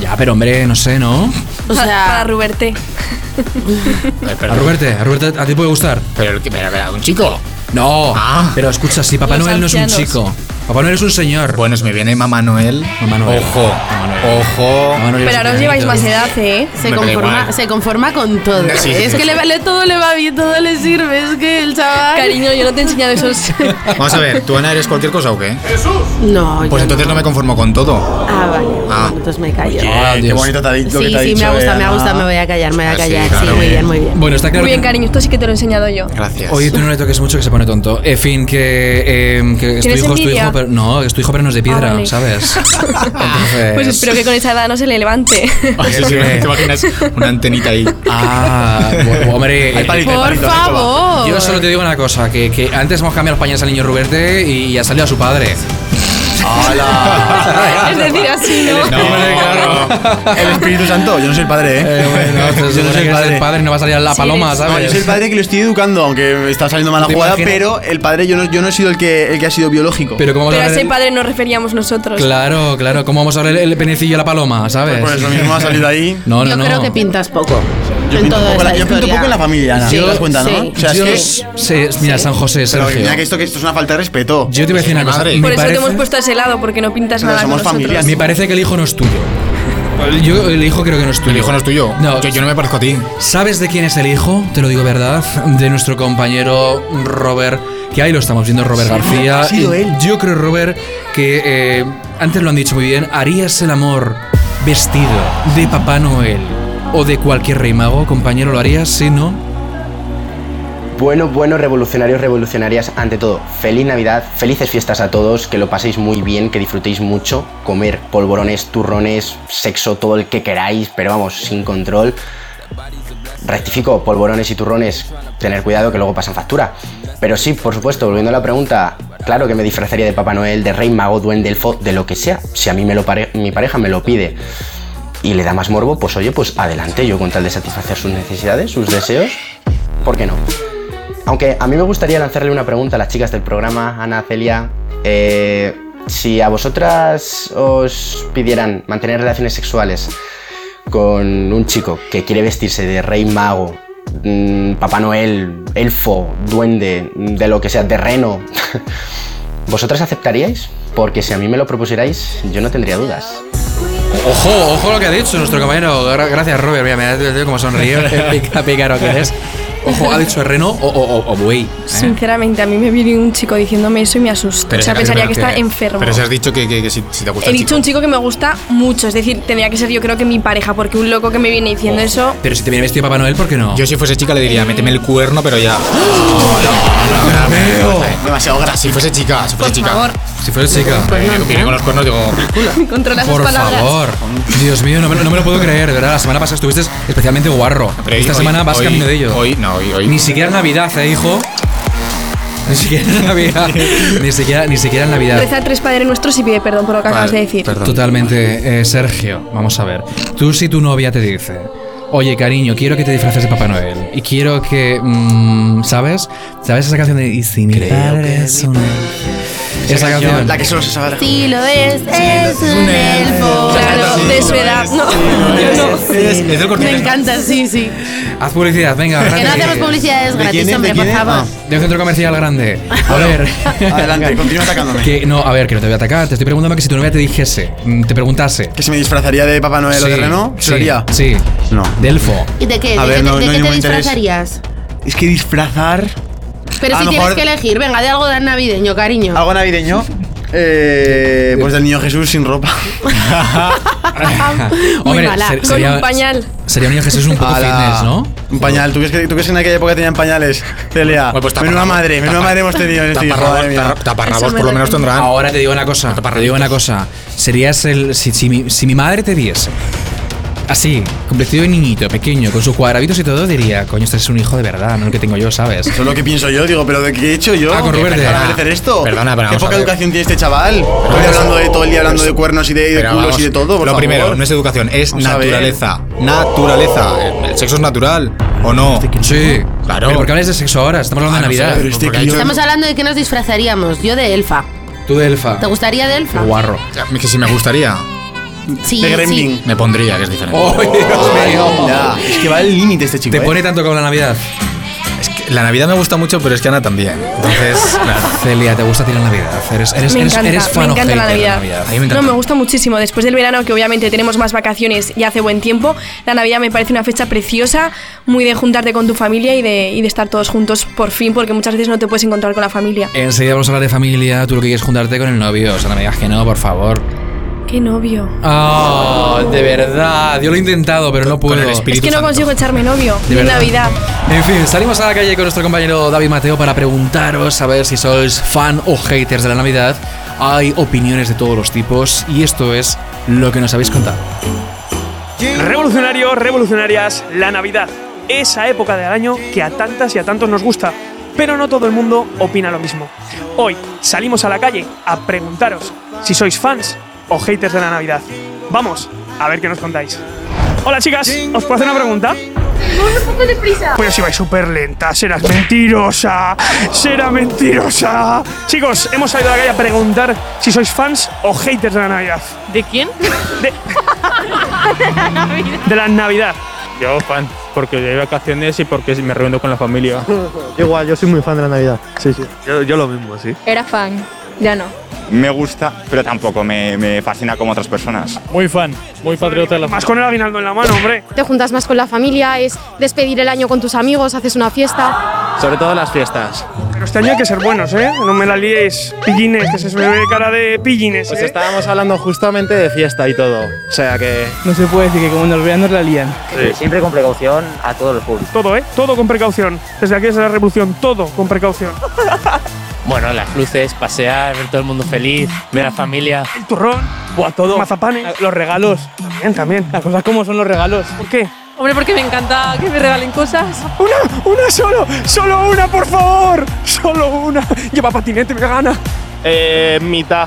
S1: Ya, pero hombre, no sé, ¿no?
S5: O
S3: para
S5: sea,
S3: Ruberte.
S2: Eh,
S1: A
S2: pero-
S1: Roberto, a Roberto, ¿a ti puede gustar?
S2: Pero, pero, pero, pero, un chico.
S1: No,
S2: Ah.
S1: pero escucha, si Papá
S3: Los
S1: Noel no es
S3: ancianos.
S1: un chico, Papá Noel es un señor.
S2: Bueno, si me viene Mamá Noel.
S1: Mamá Noel.
S2: Ojo.
S1: Mamá Noel.
S2: Ojo.
S1: Papá Noel es
S3: Pero ahora
S1: un
S3: os lleváis más
S1: señorito.
S3: edad, ¿eh?
S5: se
S2: Me da
S5: conforma,
S2: igual.
S5: se conforma con todo.
S2: Sí, sí,
S5: es
S2: sí.
S5: que le vale todo, le va bien, todo le sirve. Es que el chaval.
S3: Cariño, yo no te he enseñado esos.
S2: Vamos a ver, ¿tú Ana eres cualquier cosa o qué?
S5: No, yo
S2: Pues entonces no me conformo con todo.
S5: Ah, vale.
S2: Ah.
S5: Entonces me callo.
S1: Ah,
S4: Qué
S1: Dios.
S4: bonito te ha dicho,
S5: Sí,
S4: que te ha
S5: sí, me
S4: dicho,
S5: ha
S4: eh,
S5: gustado, me ha
S4: Ana.
S5: gustado, me voy a callar, me voy a
S2: Ah, sí,
S5: callar. Sí,
S2: claro.
S5: muy bien, muy bien.
S1: Bueno, está claro
S3: Muy bien,
S1: que-
S3: cariño, esto sí que te lo he enseñado yo.
S2: Gracias.
S1: Oye, tú no le toques mucho que se pone tonto. En fin, que, eh, que es tu
S3: ¿Tienes
S1: hijo, es tu
S3: envidia?
S1: hijo, pero no, es tu hijo, pero no es de piedra,
S3: Ah, vale.
S1: ¿sabes? Entonces-
S3: Pues espero que con esa edad no se le levante.
S2: Ay, sí, sí,
S1: ¿Qué?
S2: ¿Te imaginas una antenita ahí?
S1: Ah, bu- hombre.
S4: Hay palito, hay
S5: Por
S4: palito, venga, va.
S5: favor.
S1: Yo solo te digo una cosa, que, que antes hemos cambiado los pañales al niño Ruberte y ha salido a su padre.
S3: es decir, así, ¿no?
S2: No, claro.
S4: El Espíritu Santo, yo no soy el padre, ¿eh?
S1: Eh, bueno, entonces
S4: yo no
S1: supone
S4: soy
S1: que
S4: el
S1: es
S4: padre.
S1: y no va a salir a la
S3: Sí,
S1: paloma,
S3: eres-
S4: No, yo
S1: ¿sabes?
S4: soy el padre que lo estoy educando, aunque me está saliendo mala
S1: ¿Te
S4: jugada,
S1: imaginas?
S4: pero el padre yo no, yo no he sido el que, el que ha sido biológico.
S1: Pero cómo vamos
S3: Pero
S1: a
S3: a
S1: hablar
S3: ese
S1: el-
S3: padre nos referíamos nosotros.
S1: Claro, claro, cómo vamos a hablar el, el penecillo a la paloma, ¿sabes?
S4: por eso Pues, mismo ha salido ahí.
S1: No, no,
S5: yo
S1: no.
S5: creo que pintas poco. en
S4: pinto
S5: todo
S4: poco en la-
S5: esta
S4: yo pinto
S5: historia.
S4: poco en la familia, Ana,
S5: Sí,
S4: te das cuenta, ¿no?
S5: sí.
S4: O sea, es
S1: Yo
S4: que-
S1: sé- mira, San José,
S4: Pero
S1: Sergio.
S4: mira que esto, que esto es una falta de respeto.
S1: Yo te iba a decir una cosa.
S2: Madre.
S1: me
S3: Por eso
S1: parece-
S3: te hemos puesto a ese lado, porque no pintas
S4: Pero
S3: nada
S4: somos
S3: con
S4: familia,
S3: nosotros.
S1: Me parece que el hijo no es tuyo. Yo, el hijo creo que no es tuyo.
S2: El hijo no es tuyo.
S1: No.
S2: Yo, yo no me parezco a ti.
S1: ¿Sabes de quién es el hijo? Te lo digo verdad. De nuestro compañero Robert. Que ahí lo estamos viendo, Robert García.
S4: ha sido
S1: Y
S4: él.
S1: Yo creo, Robert, que eh, antes lo han dicho muy bien. ¿Harías el amor vestido de Papá Noel o de cualquier rey mago, compañero? ¿Lo harías? Sí, ¿no?
S6: Buenos, buenos revolucionarios, revolucionarias, ante todo, feliz Navidad, felices fiestas a todos, que lo paséis muy bien, que disfrutéis mucho, comer polvorones, turrones, sexo, todo el que queráis, pero vamos, sin control. Rectifico, polvorones y turrones, tener cuidado que luego pasan factura. Pero sí, por supuesto, volviendo a la pregunta, claro que me disfrazaría de Papá Noel, de Rey Mago, Duende, Elfo, de lo que sea, si a mí me lo pare- mi pareja me lo pide y le da más morbo, pues oye, pues adelante yo con tal de satisfacer sus necesidades, sus deseos, ¿por qué no? Aunque a mí me gustaría lanzarle una pregunta a las chicas del programa, Ana, Celia. Eh, si a vosotras os pidieran mantener relaciones sexuales con un chico que quiere vestirse de rey mago, mm, Papá Noel, elfo, duende, de lo que sea, de reno, ¿vosotras aceptaríais? Porque si a mí me lo propusierais, yo no tendría dudas.
S1: Ojo, ojo lo que ha dicho nuestro compañero. Gra- Gracias, Robert. Mira, mira, tío, cómo sonríe. El pica- pícaro que eres. Ojo, ha dicho reno o, o, o- o buey. ¿eh?
S3: Sinceramente, a mí me viene un chico diciéndome eso y me asusta. o sea,
S2: si-
S3: pensaría que
S2: pero
S3: está enfermo.
S2: Pero si has dicho que, que- que si, si te gusta
S1: este
S3: He
S2: el
S3: dicho
S2: chico.
S3: un chico que me gusta mucho, es decir, tendría que ser yo creo que mi pareja, porque un loco que me viene diciendo eso.
S1: Pero si te viene vestido de Papá Noel, ¿por qué no?
S2: Yo si fuese chica le diría, méteme el cuerno, pero ya. No, no, no, no,
S4: Demasiado grasa.
S2: Si fuese chica, si fuese
S3: Por
S2: chica.
S3: favor,
S1: si fuera chica.
S2: Viene- Viene con los cuernos, digo.
S3: controla esas
S1: Por
S3: palabras.
S1: favor. Dios mío, no me, no me lo puedo creer. De verdad, la semana pasada estuviste especialmente guarro.
S2: pero hoy-
S1: Esta
S2: hoy-
S1: semana vas
S2: hoy-
S1: camino de ello.
S2: Hoy, no, hoy, hoy.
S1: Ni siquiera es Navidad, eh, hijo. Ni siquiera en Navidad. ni, siquiera, ni siquiera en Navidad.
S3: Reza tres Padre Nuestros y pide perdón por lo que acabas de decir.
S2: Perdón.
S1: Totalmente. Eh, Sergio, vamos a ver. Tú si tu novia te dice, oye cariño, quiero que te disfraces de Papá Noel. Y quiero que... mm, ¿Sabes? ¿Sabes esa canción de... Y si mi padre es un elfo"? Esa canción...
S4: La que solo se sabe la
S5: Sí, lo es, es un elfo.
S3: Claro, de su edad, no. No.
S2: Es, es del corte
S5: Me
S4: este.
S5: encanta, sí, sí.
S1: Haz publicidad, venga.
S5: Que no hacemos publicidades
S4: ¿De quién
S5: gratis,
S4: es?
S5: hombre,
S4: ¿De
S5: por
S4: quién es? Ah.
S5: favor.
S1: De un centro comercial grande. A ver.
S4: Adelante, continúa atacándome.
S1: Que, no, a ver, que no te voy a atacar. Te estoy preguntando que si tu novia te dijese, mm, te preguntase.
S4: ¿Que se me disfrazaría de Papá Noel o de
S1: Sí,
S4: Renault? ¿Se
S1: sí,
S4: lo haría?
S1: Sí.
S4: No.
S1: Delfo.
S5: ¿Y de qué?
S4: A
S5: ¿De,
S4: ver,
S5: qué,
S4: no- no hay
S5: de qué te
S4: ningún interés.
S5: disfrazarías?
S4: Es que disfrazar.
S5: Pero
S4: A
S5: si
S4: lo
S5: tienes
S4: mejor-
S5: que elegir, venga, de algo navideño, cariño.
S4: ¿Algo navideño? Eh, pues del niño Jesús sin ropa.
S1: Hombre,
S5: mala. Con
S3: Con un pañal.
S1: Sería un niño Jesús un poco
S4: Ala.
S1: fitness, ¿no?
S4: Un pañal. ¿Tú crees, que, ¿Tú crees que en aquella época tenían pañales? Celia.
S2: Bueno, pues
S4: menuda
S2: taparrabos,
S4: madre, menuda
S2: tapar-
S4: madre hemos tenido en este hijo, madre
S2: Taparrabos,
S4: mía.
S2: tar- taparrabos
S3: Eso me
S2: por lo menos
S3: recuerda.
S2: tendrán.
S1: Ahora te digo una cosa, te digo una cosa. Serías el. Si, si mi, si mi madre te viese, así, completido de niñito, pequeño, con sus cuadraditos y todo, diría, coño, este es un hijo de verdad, no el que tengo yo, ¿sabes?
S4: Eso es lo que pienso yo, digo, pero ¿de qué he hecho yo?
S1: Ah, con Rubén de-
S4: ¿Para merecer esto?
S2: Perdona, pero
S4: ¿Qué
S2: vamos a
S4: poca
S2: ver.
S4: educación tiene este chaval? Todo el día hablando de, todo el día hablando de cuernos y de, y de
S2: Pero
S4: culos
S2: vamos,
S4: y de todo, por
S2: Lo
S4: favor.
S2: primero, no es educación, es
S4: Vamos a ver.
S2: naturaleza. Naturaleza. El- El sexo es natural, ¿o no?
S4: Este
S1: Sí,
S2: Claro.
S1: Pero ¿por qué hablas de sexo ahora? Estamos hablando de
S2: Ah, no
S1: Navidad.
S2: sé,
S4: Pero este
S2: Porque ha
S4: crío-
S2: hecho-
S5: Estamos hablando de que nos disfrazaríamos. Yo de elfa.
S1: Tú de elfa.
S5: ¿Te gustaría de elfa?
S1: Guarro.
S2: Es Que si me gustaría,
S5: Sí,
S4: De
S5: sí.
S4: Gremlin.
S2: me pondría, que es diferente.
S1: ¡Oh, Dios mío!
S4: Ya, es que va al límite este chico.
S1: Te
S4: ¿eh?
S1: pone tanto como la Navidad.
S2: Es que la Navidad me gusta mucho, pero es que Ana también. Entonces, claro.
S1: Celia, te gusta a ti la Navidad. Eres, eres,
S3: Me
S1: eres,
S3: encanta,
S1: eres fan
S3: me
S1: o
S3: encanta la
S1: hater de
S3: Navidad.
S2: A mí me encanta.
S3: No, me gusta muchísimo. Después del verano, que obviamente tenemos más vacaciones y hace buen tiempo, la Navidad me parece una fecha preciosa, muy de juntarte con tu familia y de, y de estar todos juntos por fin, porque muchas veces no te puedes encontrar con la familia.
S1: Enseguida vamos a hablar de familia. Tú lo que quieres es juntarte con el novio. O sea, no me digas que no, por favor.
S3: ¡Qué novio!
S1: Oh, de verdad. Yo lo he intentado, pero no
S2: Con
S1: puedo.
S2: el
S3: Es
S2: espíritu.
S3: que no
S2: Santo.
S3: consigo echarme novio ni en
S1: verdad.
S3: Navidad.
S1: En fin, salimos a la calle con nuestro compañero David Mateo para preguntaros a ver si sois fan o haters de la Navidad. Hay opiniones de todos los tipos y esto es lo que nos habéis contado.
S7: Revolucionarios, revolucionarias, la Navidad, esa época del año que a tantas y a tantos nos gusta, pero no todo el mundo opina lo mismo. Hoy salimos a la calle a preguntaros si sois fans o haters de la Navidad. Vamos a ver qué nos contáis. Hola chicas, ¿os puedo hacer una pregunta? Pero si vais súper lenta, serás mentirosa, será mentirosa. Chicos, hemos salido a la calle a preguntar si sois fans o haters de la Navidad.
S8: ¿De quién?
S7: De, de la Navidad.
S9: Yo fan, porque hay vacaciones y porque me reúno con la familia.
S10: Igual, yo soy muy fan de la Navidad. Sí, sí.
S9: Yo, lo mismo, sí.
S8: Era fan. Ya no.
S11: Me gusta, pero tampoco me, me fascina como otras personas.
S9: Muy fan, muy patriota de la
S7: Más con el aguinaldo en la mano, hombre.
S8: Te juntas más con la familia, es despedir el año con tus amigos, haces una fiesta.
S9: Sobre todo las fiestas.
S7: Pero este año hay que ser buenos, ¿eh? No me la liéis. Pillines, que se os ve cara de pillines.
S10: Pues
S7: ¿eh?
S10: estábamos hablando justamente de fiesta y todo. O sea que.
S9: No se puede decir que como nos vean nos la lían.
S6: Siempre con precaución a todos los públicos.
S7: Todo, ¿eh? Todo con precaución. Desde aquí es la revolución, todo con precaución.
S9: Bueno, las luces, pasear, ver todo el mundo feliz, ver a la familia.
S7: El turrón,
S9: Buah, todo.
S7: mazapanes.
S9: Los regalos.
S7: También, también.
S9: Las cosas como son los regalos.
S7: ¿Por qué?
S8: Hombre, porque me encanta que me regalen cosas.
S7: ¡Una! ¡Una solo! ¡Solo una, por favor! ¡Solo una! Lleva patinete, me gana.
S9: Eh, mitad.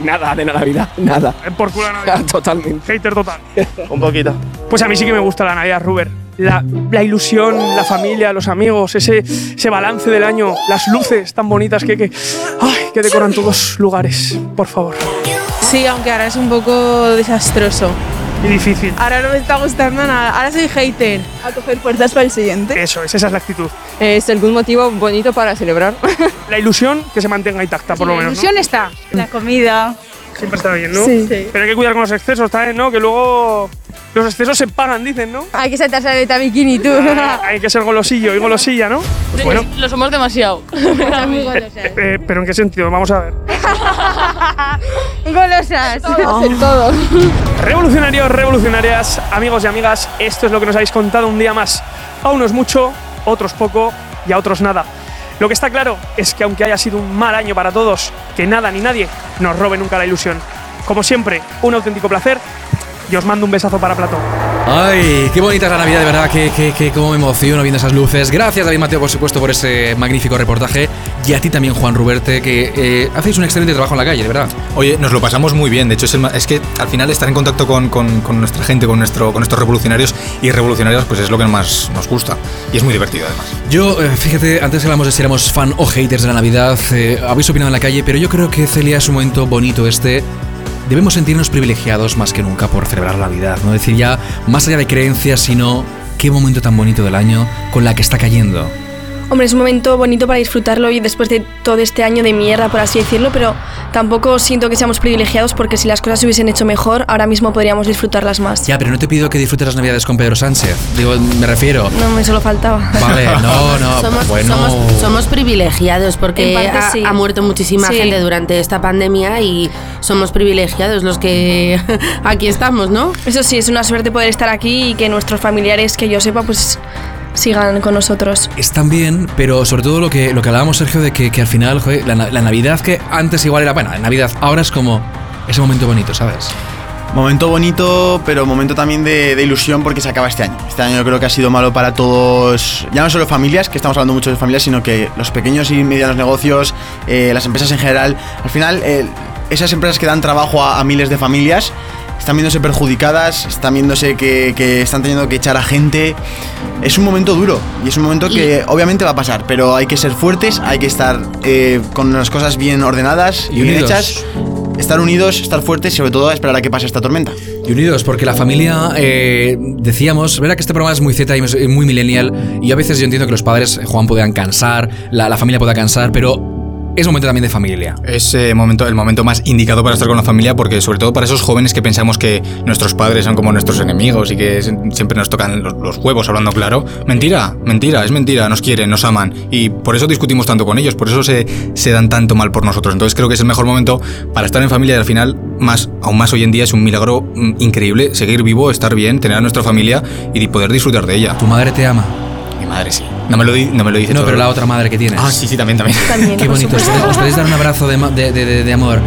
S9: Nada de Navidad, nada.
S7: Por culo a Navidad.
S9: Totalmente.
S7: Hater total.
S9: Un poquito.
S7: Pues a mí sí que me gusta la Navidad, Ruber. La, la ilusión, la familia, los amigos, ese, ese balance del año, las luces tan bonitas que, que, ay, que decoran todos lugares, por favor.
S8: Sí, aunque ahora es un poco desastroso.
S7: Y difícil.
S8: Ahora no me está gustando nada. Ahora soy hater. A coger fuerzas para el siguiente.
S7: Eso es, esa es la actitud.
S8: Es algún motivo bonito para celebrar.
S7: La ilusión que se mantenga intacta, por lo menos. ¿no?
S8: está. La comida.
S7: Siempre está bien, ¿no?
S8: Sí. Sí.
S7: Pero hay que cuidar con los excesos también, ¿no? Que luego los excesos se pagan, dicen, ¿no?
S8: Hay que saltarse la beta bikini, tú.
S7: Hay que ser golosillo y golosilla, ¿no? Pues bueno,
S8: Lo somos demasiado.
S7: eh, eh, pero ¿en qué sentido? Vamos a ver.
S8: Golosas.
S7: Revolucionarios, revolucionarias, amigos y amigas, esto es lo que nos habéis contado un día más. A unos mucho, otros poco y a otros nada. Lo que está claro es que aunque haya sido un mal año para todos, que nada ni nadie nos robe nunca la ilusión. Como siempre, un auténtico placer y os mando un besazo para Platón.
S1: Ay, qué bonita es la Navidad, de verdad, que, que, que cómo me emociono viendo esas luces. Gracias David Mateo, por supuesto, por ese magnífico reportaje. y a ti también, Juan Ruberte, que eh, hacéis un excelente trabajo en la calle, de verdad.
S2: Oye, nos lo pasamos muy bien. De hecho, es, el ma- es que al final estar en contacto con, con- con nuestra gente, con, nuestro, con nuestros revolucionarios y revolucionarias, pues es lo que más nos gusta. Y es muy divertido, además.
S1: Yo, eh, fíjate, antes hablamos de si éramos fan o haters de la Navidad, eh, habéis opinado en la calle, pero yo creo que Celia es un momento bonito este. Debemos sentirnos privilegiados más que nunca por celebrar la Navidad, ¿no? Es decir, ya más allá de creencias, sino qué momento tan bonito del año con la que está cayendo.
S3: Hombre, es un momento bonito para disfrutarlo y después de todo este año de mierda, por así decirlo, pero tampoco siento que seamos privilegiados porque si las cosas se hubiesen hecho mejor, ahora mismo podríamos disfrutarlas más.
S1: Ya, pero no te pido que disfrutes las Navidades con Pedro Sánchez. Digo, me refiero.
S3: No, me solo faltaba.
S1: Vale, no, no.
S5: Somos,
S1: bueno.
S5: somos, somos privilegiados porque
S3: En parte
S5: ha,
S3: sí.
S5: ha muerto muchísima
S3: Sí.
S5: gente durante esta pandemia y somos privilegiados los que aquí estamos, ¿no?
S3: Eso sí, es una suerte poder estar aquí y que nuestros familiares, que yo sepa, pues sigan con nosotros.
S1: Están bien, pero sobre todo lo que, lo que hablábamos, Sergio, de que, que al final, joder, la, na- la Navidad que antes igual era, bueno, la Navidad ahora es como ese momento bonito, ¿sabes?
S4: Momento bonito, pero momento también de, de ilusión porque se acaba este año. Este año yo creo que ha sido malo para todos, ya no solo familias, que estamos hablando mucho de familias, sino que los pequeños y medianos negocios, eh, las empresas en general, al final eh, esas empresas que dan trabajo a, a miles de familias están viéndose perjudicadas, están viéndose que, que están teniendo que echar a gente. Es un momento duro y es un momento que obviamente va a pasar, pero hay que ser fuertes, hay que estar eh, con las cosas bien ordenadas
S1: Y
S4: y bien
S1: unidos.
S4: hechas. Estar unidos, estar fuertes y sobre todo esperar a que pase esta tormenta.
S1: Y unidos, porque la familia, eh, decíamos, verdad que este programa es muy Z y es muy millennial, y a veces yo entiendo que los padres, eh, Juan, puedan cansar, la, la familia pueda cansar, pero es momento también de familia.
S2: Es eh, momento, el momento más indicado para estar con la familia porque sobre todo para esos jóvenes que pensamos que nuestros padres son como nuestros enemigos y que se- siempre nos tocan los, los huevos hablando claro. Mentira, mentira, es mentira, nos quieren, nos aman y por eso discutimos tanto con ellos, por eso se, se dan tanto mal por nosotros. Entonces creo que es el mejor momento para estar en familia y al final, más, aún más hoy en día, es un milagro mm, increíble seguir vivo, estar bien, tener a nuestra familia y poder disfrutar de ella.
S1: ¿Tu madre te ama?
S2: Mi madre sí. No me lo, di- no me lo dice
S1: No,
S2: todo.
S1: pero la otra madre que tienes.
S2: Ah, sí, sí, también, también.
S3: También,
S1: Qué
S3: por
S1: bonito, os
S3: supuesto.
S1: podéis- os podéis dar un abrazo de, ma- de- de- de- de amor.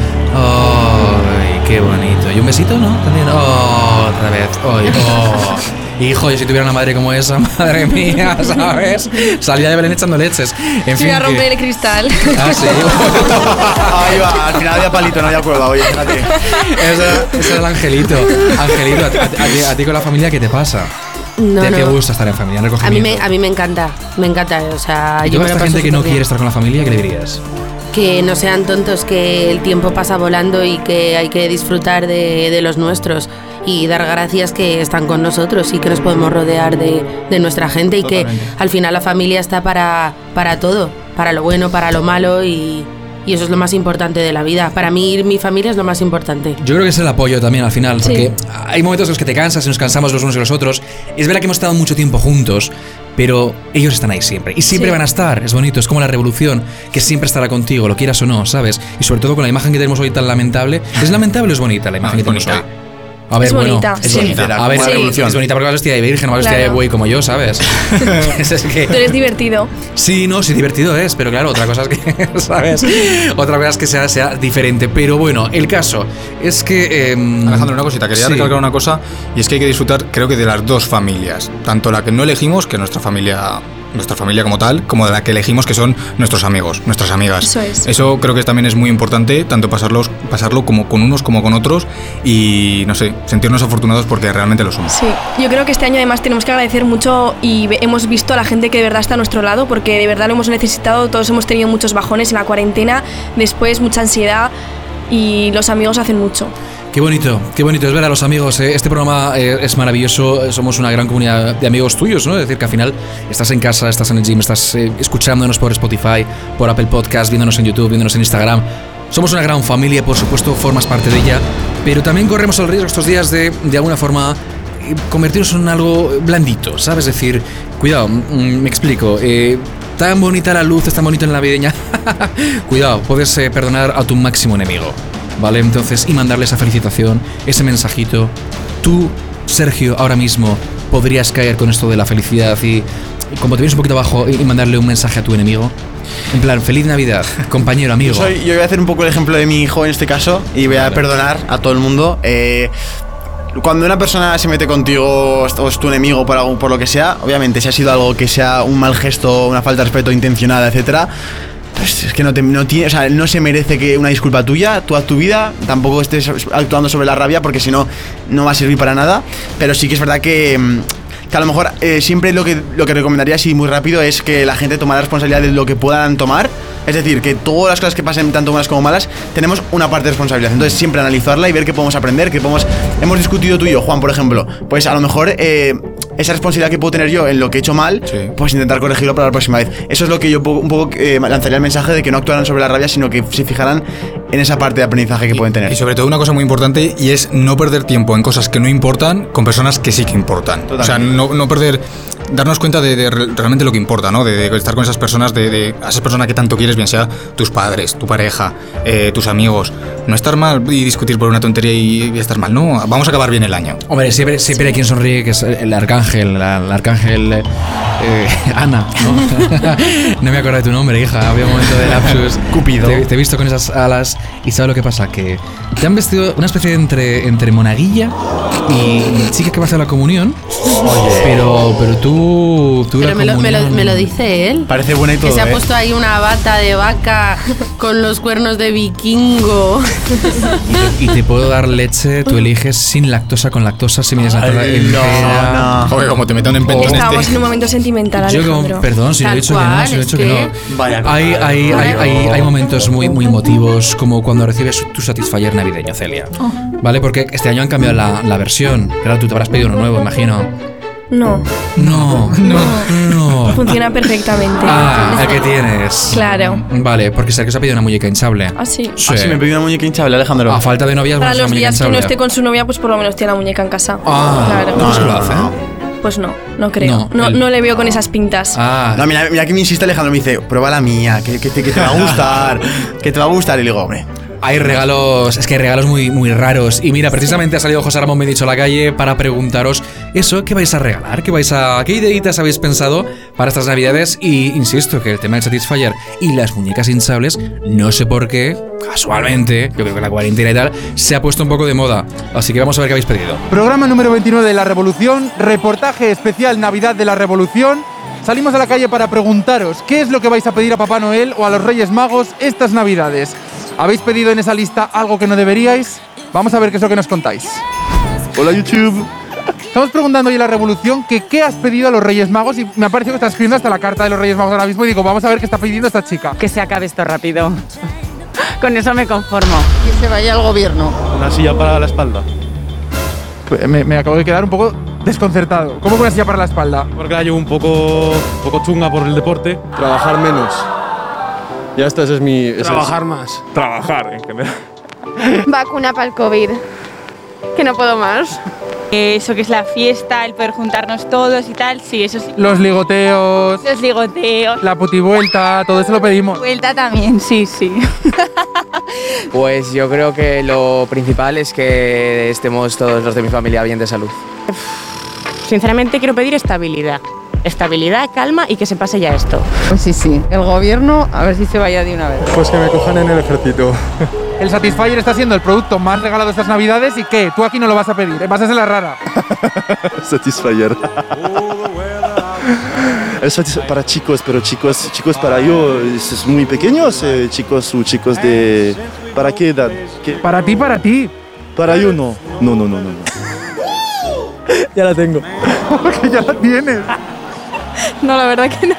S1: Ay, qué bonito. ¿Y un besito, no? También. Oh, otra vez. Ay, oh. Hijo, yo si tuviera una madre como esa, madre mía, ¿sabes? Salía de Belén echando leches. En
S3: Se
S1: fin,
S3: iba a
S1: que-
S3: romper el cristal.
S1: Ah, sí.
S4: Ahí va, al final había palito, no había cuerda, oye, fíjate.
S1: Ese es el angelito. Angelito, a, ti- a ti- a ti con la familia, ¿qué te pasa?
S5: No,
S1: ¿Te, te
S5: no.
S1: gusta estar en familia? ¿no?
S5: A mí, me, a mí me encanta, me encanta. O sea,
S1: Y
S5: yo me lo
S1: toda esta
S5: paso
S1: gente que no
S5: superbién.
S1: quiere estar con la familia, ¿qué le dirías?
S5: Que no sean tontos, que el tiempo pasa volando y que hay que disfrutar de, de los nuestros y dar gracias que están con nosotros y que nos podemos rodear de, de nuestra gente y
S12: Totalmente.
S5: que al final la familia está para, para todo, para lo bueno, para lo malo y, y eso es lo más importante de la vida. Para mí mi familia es lo más importante.
S1: Yo creo que es el apoyo también al final,
S5: Sí.
S1: porque hay momentos en los que te cansas y nos cansamos los unos y los otros. Es verdad que hemos estado mucho tiempo juntos, pero ellos están ahí siempre. Y siempre
S5: Sí.
S1: van a estar, es bonito, es como la revolución, que siempre estará contigo, lo quieras o no, ¿sabes? Y sobre todo con la imagen que tenemos hoy tan lamentable. ¿Es lamentable o es bonita la imagen que tenemos hoy? A ver,
S3: Es
S1: bueno,
S3: bonita,
S1: es
S3: sí.
S1: bonita. A ver,
S3: Sí.
S1: es bonita porque vas vestida de virgen, vas vestida de
S3: Claro.
S1: buey como yo, ¿sabes? es que...
S3: Tú eres divertido.
S1: Sí, no, sí, divertido es, pero claro, otra cosa es que, ¿sabes? Otra cosa es que sea, sea diferente. Pero bueno, el caso es que. em,
S2: Alejandro, una cosita, quería recalcar una cosa, y es que hay que disfrutar, creo que, de las dos familias. Tanto la que no elegimos, que nuestra familia, nuestra familia como tal, como de la que elegimos, que son nuestros amigos, nuestras amigas.
S3: Eso es.
S2: Eso creo que también es muy importante, tanto pasarlos, pasarlo como con unos como con otros, y no sé, sentirnos afortunados porque realmente lo somos.
S3: Sí, yo creo que este año además tenemos que agradecer mucho y ve- hemos visto a la gente que de verdad está a nuestro lado porque de verdad lo hemos necesitado, todos hemos tenido muchos bajones en la cuarentena, después mucha ansiedad y los amigos hacen mucho.
S1: Qué bonito, qué bonito. Es verdad, los amigos, eh, este programa eh, es maravilloso. eh, Somos una gran comunidad de amigos tuyos, ¿no? Es decir, que al final estás en casa, estás en el gym, estás eh, escuchándonos por Spotify, por Apple Podcast, viéndonos en YouTube, viéndonos en Instagram. Somos una gran familia, por supuesto, formas parte de ella, pero también corremos el riesgo estos días de, de alguna forma, eh, convertirnos en algo blandito, ¿sabes? Es decir, cuidado, mm, me explico. eh, tan bonita la luz, es tan bonito en la navideña. cuidado, puedes eh, perdonar a tu máximo enemigo, ¿vale? Entonces, y mandarle esa felicitación, ese mensajito. Tú, Sergio, ahora mismo podrías caer con esto de la felicidad y, y como te vienes un poquito abajo, y, y mandarle un mensaje a tu enemigo. En plan, feliz Navidad, compañero, amigo.
S4: Yo, soy- yo voy a hacer un poco el ejemplo de mi hijo en este caso y voy a perdonar a todo el mundo. Eh, cuando una persona se mete contigo o es tu enemigo por, algo, por lo que sea, obviamente si ha sido algo que sea un mal gesto, una falta de respeto intencionada, etcétera, pues, es que no, te- no tiene, o sea, no se merece que una disculpa tuya, tú haz tu vida, tampoco estés actuando sobre la rabia porque si no, no va a servir para nada. Pero sí que es verdad que, mm, que a lo mejor eh, siempre lo que, lo que recomendaría así muy rápido es que la gente tome la responsabilidad de lo que puedan tomar. Es decir, que todas las cosas que pasen, tanto buenas como malas, tenemos una parte de responsabilidad. Entonces siempre analizarla y ver qué podemos aprender, qué podemos... Hemos discutido tú y yo, Juan, por ejemplo. Pues a lo mejor... eh, esa responsabilidad que puedo tener yo en lo que he hecho mal, pues intentar corregirlo para la próxima vez. Eso es lo que yo po- un poco eh, lanzaría el mensaje de que no actuaran sobre la rabia, sino que se fijaran en esa parte de aprendizaje que pueden tener.
S2: Y sobre todo una cosa muy importante y es no perder tiempo en cosas que no importan con personas que sí que importan. O sea, no, no perder, darnos cuenta de, de re- realmente lo que importa, ¿no? De, de estar con esas personas, de, de a esas personas que tanto quieres, bien sea tus padres, tu pareja, eh, tus amigos. No estar mal y discutir por una tontería y, y estar mal, ¿no? Vamos a acabar bien el año.
S1: Hombre, siempre, siempre hay quien sonríe, que es el arcángel, la- el arcángel eh, eh, Ana, ¿no? No me acuerdo de tu nombre, hija, había un momento de lapsus. Cupido. Te, te he visto con esas alas y ¿sabes lo que pasa? Que te han vestido una especie de entre, entre monaguilla y chica que va a hacer la comunión, pero, pero tú... tú la
S5: Pero me lo, me lo-
S1: comunión-
S5: me lo dice él.
S4: Parece buena y
S5: Que
S1: todo,
S5: se ha
S1: ¿eh?
S5: puesto ahí una bata de vaca con los cuernos de vikingo.
S1: Y te puedo dar leche, tú eliges sin lactosa, con lactosa, semillas naturales.
S2: no, no. Joder, como te meto un empentón
S1: este.
S3: Estábamos en un momento sentimental,
S1: Yo como-
S3: Alejandro.
S1: perdón, si no he dicho que no, si no he dicho que, no. hay, hay, hay, hay, hay momentos muy, muy emotivos, como cuando recibes tu Satisfyer navideño, Celia. ¿Vale? Porque este año han cambiado la, la versión. Claro, tú te habrás pedido uno nuevo, imagino.
S3: No,
S1: No, no,
S4: Oh.
S1: no.
S3: funciona perfectamente.
S1: Ah, el que tienes.
S3: Claro.
S1: Vale, porque sé que os ha pedido una muñeca hinchable.
S3: Ah, sí.
S4: Ah, sí, me pedí una muñeca hinchable, Alejandro.
S1: A falta de novias,
S3: Para
S1: vamos a una
S3: los
S1: muñeca
S3: días que no
S1: hinchable.
S3: esté con su novia, pues por lo menos tiene la muñeca en casa.
S1: Ah,
S3: claro.
S1: no se lo hace.
S3: Pues no, no
S4: No,
S3: creo. No, no,
S4: el-
S3: le veo con esas pintas.
S1: Ah.
S4: No, mira, mira que me insiste Alejandro, me dice, prueba la mía, que, que te, que te va a gustar, que te va a gustar. Y le digo, hombre,
S1: Hay regalos, es que hay regalos muy, muy raros. Y mira, precisamente ha salido José Ramón, me he dicho a la calle, para preguntaros eso, ¿qué vais a regalar? ¿Qué vais a. qué ideitas habéis pensado para estas navidades? Y insisto que el tema del Satisfyer y las muñecas hinchables, no sé por qué, casualmente, yo creo que la cuarentena y tal, se ha puesto un poco de moda. Así que vamos a ver qué habéis pedido.
S12: Programa número 29 de La Revolución, reportaje especial Navidad de la Revolución. Salimos a la calle para preguntaros qué es lo que vais a pedir a Papá Noel o a los Reyes Magos estas Navidades. ¿Habéis pedido en esa lista algo que no deberíais? Vamos a ver qué es lo que nos contáis. Hola YouTube. Estamos preguntando hoy en La Revolución que qué has pedido a los Reyes Magos y me ha parecido que está escribiendo hasta la carta de los Reyes Magos ahora mismo y digo, vamos a ver qué está pidiendo esta chica. Que se acabe esto rápido.
S13: Con eso me conformo. Que se vaya al gobierno.
S10: Una silla para la espalda.
S12: Me, me acabo de quedar un poco desconcertado. ¿Cómo que una silla para la espalda?
S10: Porque la llevo un poco, un poco chunga por el deporte. Trabajar menos. Ya esta es mi.
S8: Trabajar
S10: más. Trabajar en general.
S8: Vacuna para el COVID. Que no puedo más.
S14: Eso que es la fiesta, el poder juntarnos todos y tal, sí, eso sí.
S12: Los ligoteos,
S14: Los ligoteos.
S12: la putivuelta, todo eso lo pedimos.
S14: Vuelta también, sí, sí.
S15: Pues yo creo que lo principal es que estemos todos los de mi familia bien de salud.
S16: Sinceramente quiero pedir estabilidad. Estabilidad, calma y que se pase ya esto. Pues sí, sí. El gobierno, a ver si se vaya de una vez.
S12: Pues que me cojan en el ejército. El Satisfyer está siendo el producto más regalado estas navidades y que tú aquí no lo vas a pedir, ¿eh? vas a ser la rara.
S17: Satisfyer. Es satis- para chicos, pero chicos, chicos para yo es es muy pequeños, eh, chicos o chicos de... ¿Para qué edad?
S12: Para ti, para ti.
S17: Para yo no. No, no, no, no. no.
S12: Ya la tengo. Porque ya la tienes.
S13: No, la verdad que no.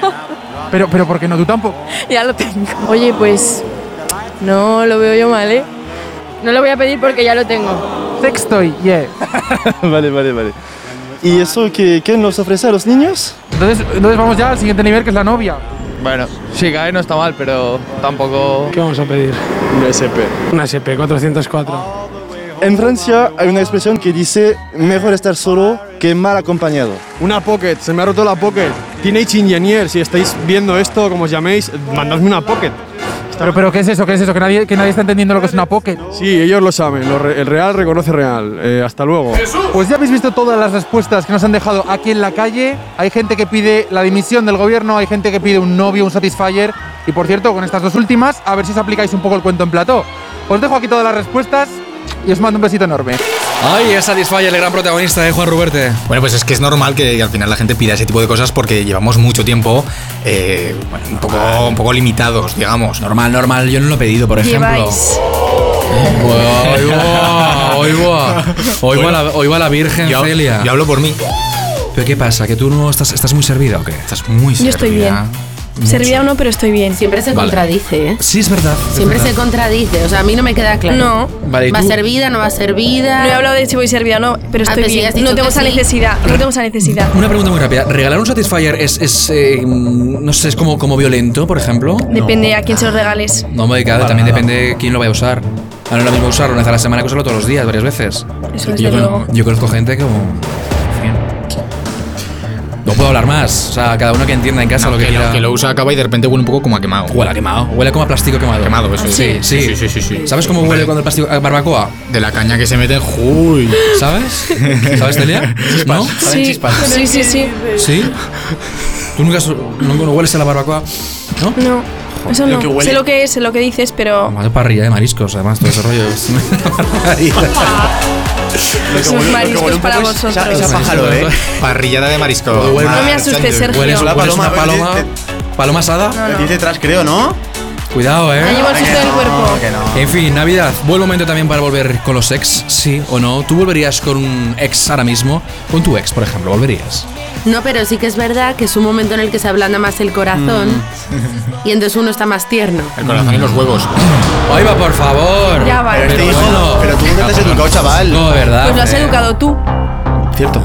S12: Pero, pero ¿por qué no tú tampoco?
S13: Ya lo tengo. Oye, pues no lo veo yo mal, ¿eh? No lo voy a pedir porque ya lo tengo.
S12: Sextoy, yeah.
S17: vale, vale, vale. ¿Y eso que, qué nos ofrece a los niños?
S12: Entonces, entonces vamos ya al siguiente nivel que es la novia.
S15: Bueno, sí, cae no está mal, pero tampoco...
S18: ¿Qué vamos a pedir?
S17: Una SP.
S18: Una SP 404.
S17: En Francia hay una expresión que dice mejor estar solo que mal acompañado.
S10: Una pocket, se me ha roto la pocket. Teenage Engineer, si estáis viendo esto, como os llaméis, mandadme una pocket.
S12: Pero, pero ¿qué es eso? ¿Qué es eso? Que nadie, que nadie está entendiendo lo que es una pocket.
S10: Sí, ellos lo saben, lo re- el real reconoce real. Eh, hasta luego.
S12: Pues ya habéis visto todas las respuestas que nos han dejado aquí en la calle. Hay gente que pide la dimisión del gobierno, hay gente que pide un novio, un satisfyer. Y por cierto, con estas dos últimas, a ver si os aplicáis un poco el cuento en plató. Os dejo aquí todas las respuestas. y os mando un besito enorme.
S1: Ay, es Satisfy el gran protagonista de Juan Ruberte.
S2: Bueno, pues es que es normal que al final la gente pida ese tipo de cosas porque llevamos mucho tiempo eh, bueno, un, poco, un poco limitados, digamos.
S1: Normal, normal, yo no lo he pedido, por ejemplo.
S3: Lleváis.
S1: Hoy va, hoy va. Hoy va la, hoy va la Virgen
S2: Yo-
S1: Celia.
S2: yo hablo por mí.
S1: ¿Pero qué pasa? ¿Que tú no estás, estás muy servida o qué? Estás muy
S3: Yo estoy bien. Servida o no, pero estoy bien.
S5: Siempre se
S1: Vale.
S5: contradice, ¿eh?
S1: Sí, es verdad. es
S5: Siempre
S1: verdad.
S5: se contradice, o sea, a mí no me queda claro. No.
S1: Vale, ¿y
S5: ¿Va a
S1: tú?
S5: ser vida, no va a ser vida?
S3: No he hablado de si voy servida o no, pero
S5: Ah,
S3: estoy
S5: pero si
S3: bien.
S5: has dicho
S3: no tengo
S5: que
S3: esa
S5: sí.
S3: necesidad. No tengo esa necesidad.
S1: Una pregunta muy rápida. ¿Regalar un Satisfyer es, es, eh, mm, no sé, es como, como violento, por ejemplo?
S3: Depende a quién se los regales.
S1: No, hombre, claro, también depende quién lo vaya a usar. Ah, No es lo mismo usarlo una vez a la semana que usarlo todos los días, varias veces.
S3: Eso, desde
S1: yo,
S3: luego.
S1: yo conozco gente que como... bien. No puedo hablar más. O sea, cada uno que entienda en casa
S2: No,
S1: lo que,
S2: que,
S1: quiera.
S2: lo, que lo usa acaba y de repente huele un poco como a quemado.
S1: Huele a quemado. Huele como a plástico quemado.
S2: Ah, Quemado, eso es.
S1: Sí, sí.
S2: sí, sí, sí, sí.
S1: ¿Sabes cómo huele cuando el plástico a barbacoa?
S2: De la caña que se mete, uy.
S1: ¿Sabes? ¿Sabes, Celia? ¿No?
S3: Sí, sí, sí, sí.
S1: ¿Sí? ¿Tú nunca su- no, no hueles a la barbacoa? ¿No?
S3: No, eso
S1: Lo
S3: no.
S1: que huele.
S3: sé lo que es, sé lo que dices, pero
S1: Más parrilla ¿eh? de mariscos, además, todo ese rollo. es una barbaridad.
S3: Sus
S4: huele- lo que
S3: mariscos
S4: huele un
S3: para
S4: poco es esa-
S3: vosotros.
S4: esa pájaro, ¿eh?
S2: Parrillada de marisco.
S4: No
S3: me asustes,
S2: Sánchez.
S3: Sergio.
S1: Hueles,
S4: Hola,
S1: hueles
S4: paloma,
S1: una paloma. ¿Paloma asada?
S4: Lo tienes detrás, creo, ¿no?
S1: Cuidado, eh.
S3: Ya llevo el
S4: Que
S3: susto del
S4: no,
S3: cuerpo.
S4: que no.
S1: En fin, Navidad. Buen momento también para volver con los ex, sí o no. ¿Tú volverías con un ex ahora mismo? Con tu ex, por ejemplo, volverías.
S5: No, pero sí que es verdad que es un momento en el que se ablanda más el corazón
S2: Mm.
S1: Mm.
S5: y entonces uno está más tierno.
S2: El corazón y los huevos.
S1: Ahí va, por favor.
S5: Ya va.
S4: Pero este hijo, pero tú nunca te has educado, chaval.
S1: No, de verdad.
S3: Pues lo has
S1: eh.
S3: educado tú.
S4: Cierto.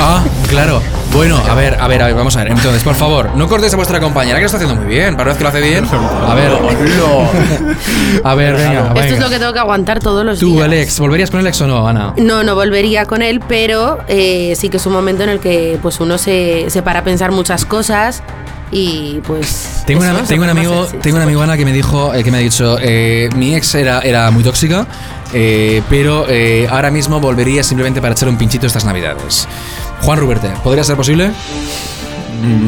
S1: Ah, claro. Bueno, a ver, a ver, a ver, vamos a ver. Entonces, por favor, no cortes a vuestra compañera, que lo está haciendo muy bien. Para una vez que lo hace bien. A ver. A ver, Ah, venga,
S5: Esto es lo
S1: venga.
S5: que tengo que aguantar todos los
S1: Tú,
S5: días.
S1: el ex, ¿volverías con el ex o no, Ana?
S5: No, no volvería con él, pero eh, sí que es un momento en el que pues uno se, se para a pensar muchas cosas y pues...
S1: Tengo,
S5: eso,
S1: una-
S5: se
S1: tengo un
S5: pone más
S1: amigo,
S5: sexy.
S1: tengo un amigo Ana que me dijo, eh, que me ha dicho, eh, mi ex era, era muy tóxica, eh, pero eh, ahora mismo volvería simplemente para echar un pinchito estas navidades. Juan Ruberte, ¿podría ser posible?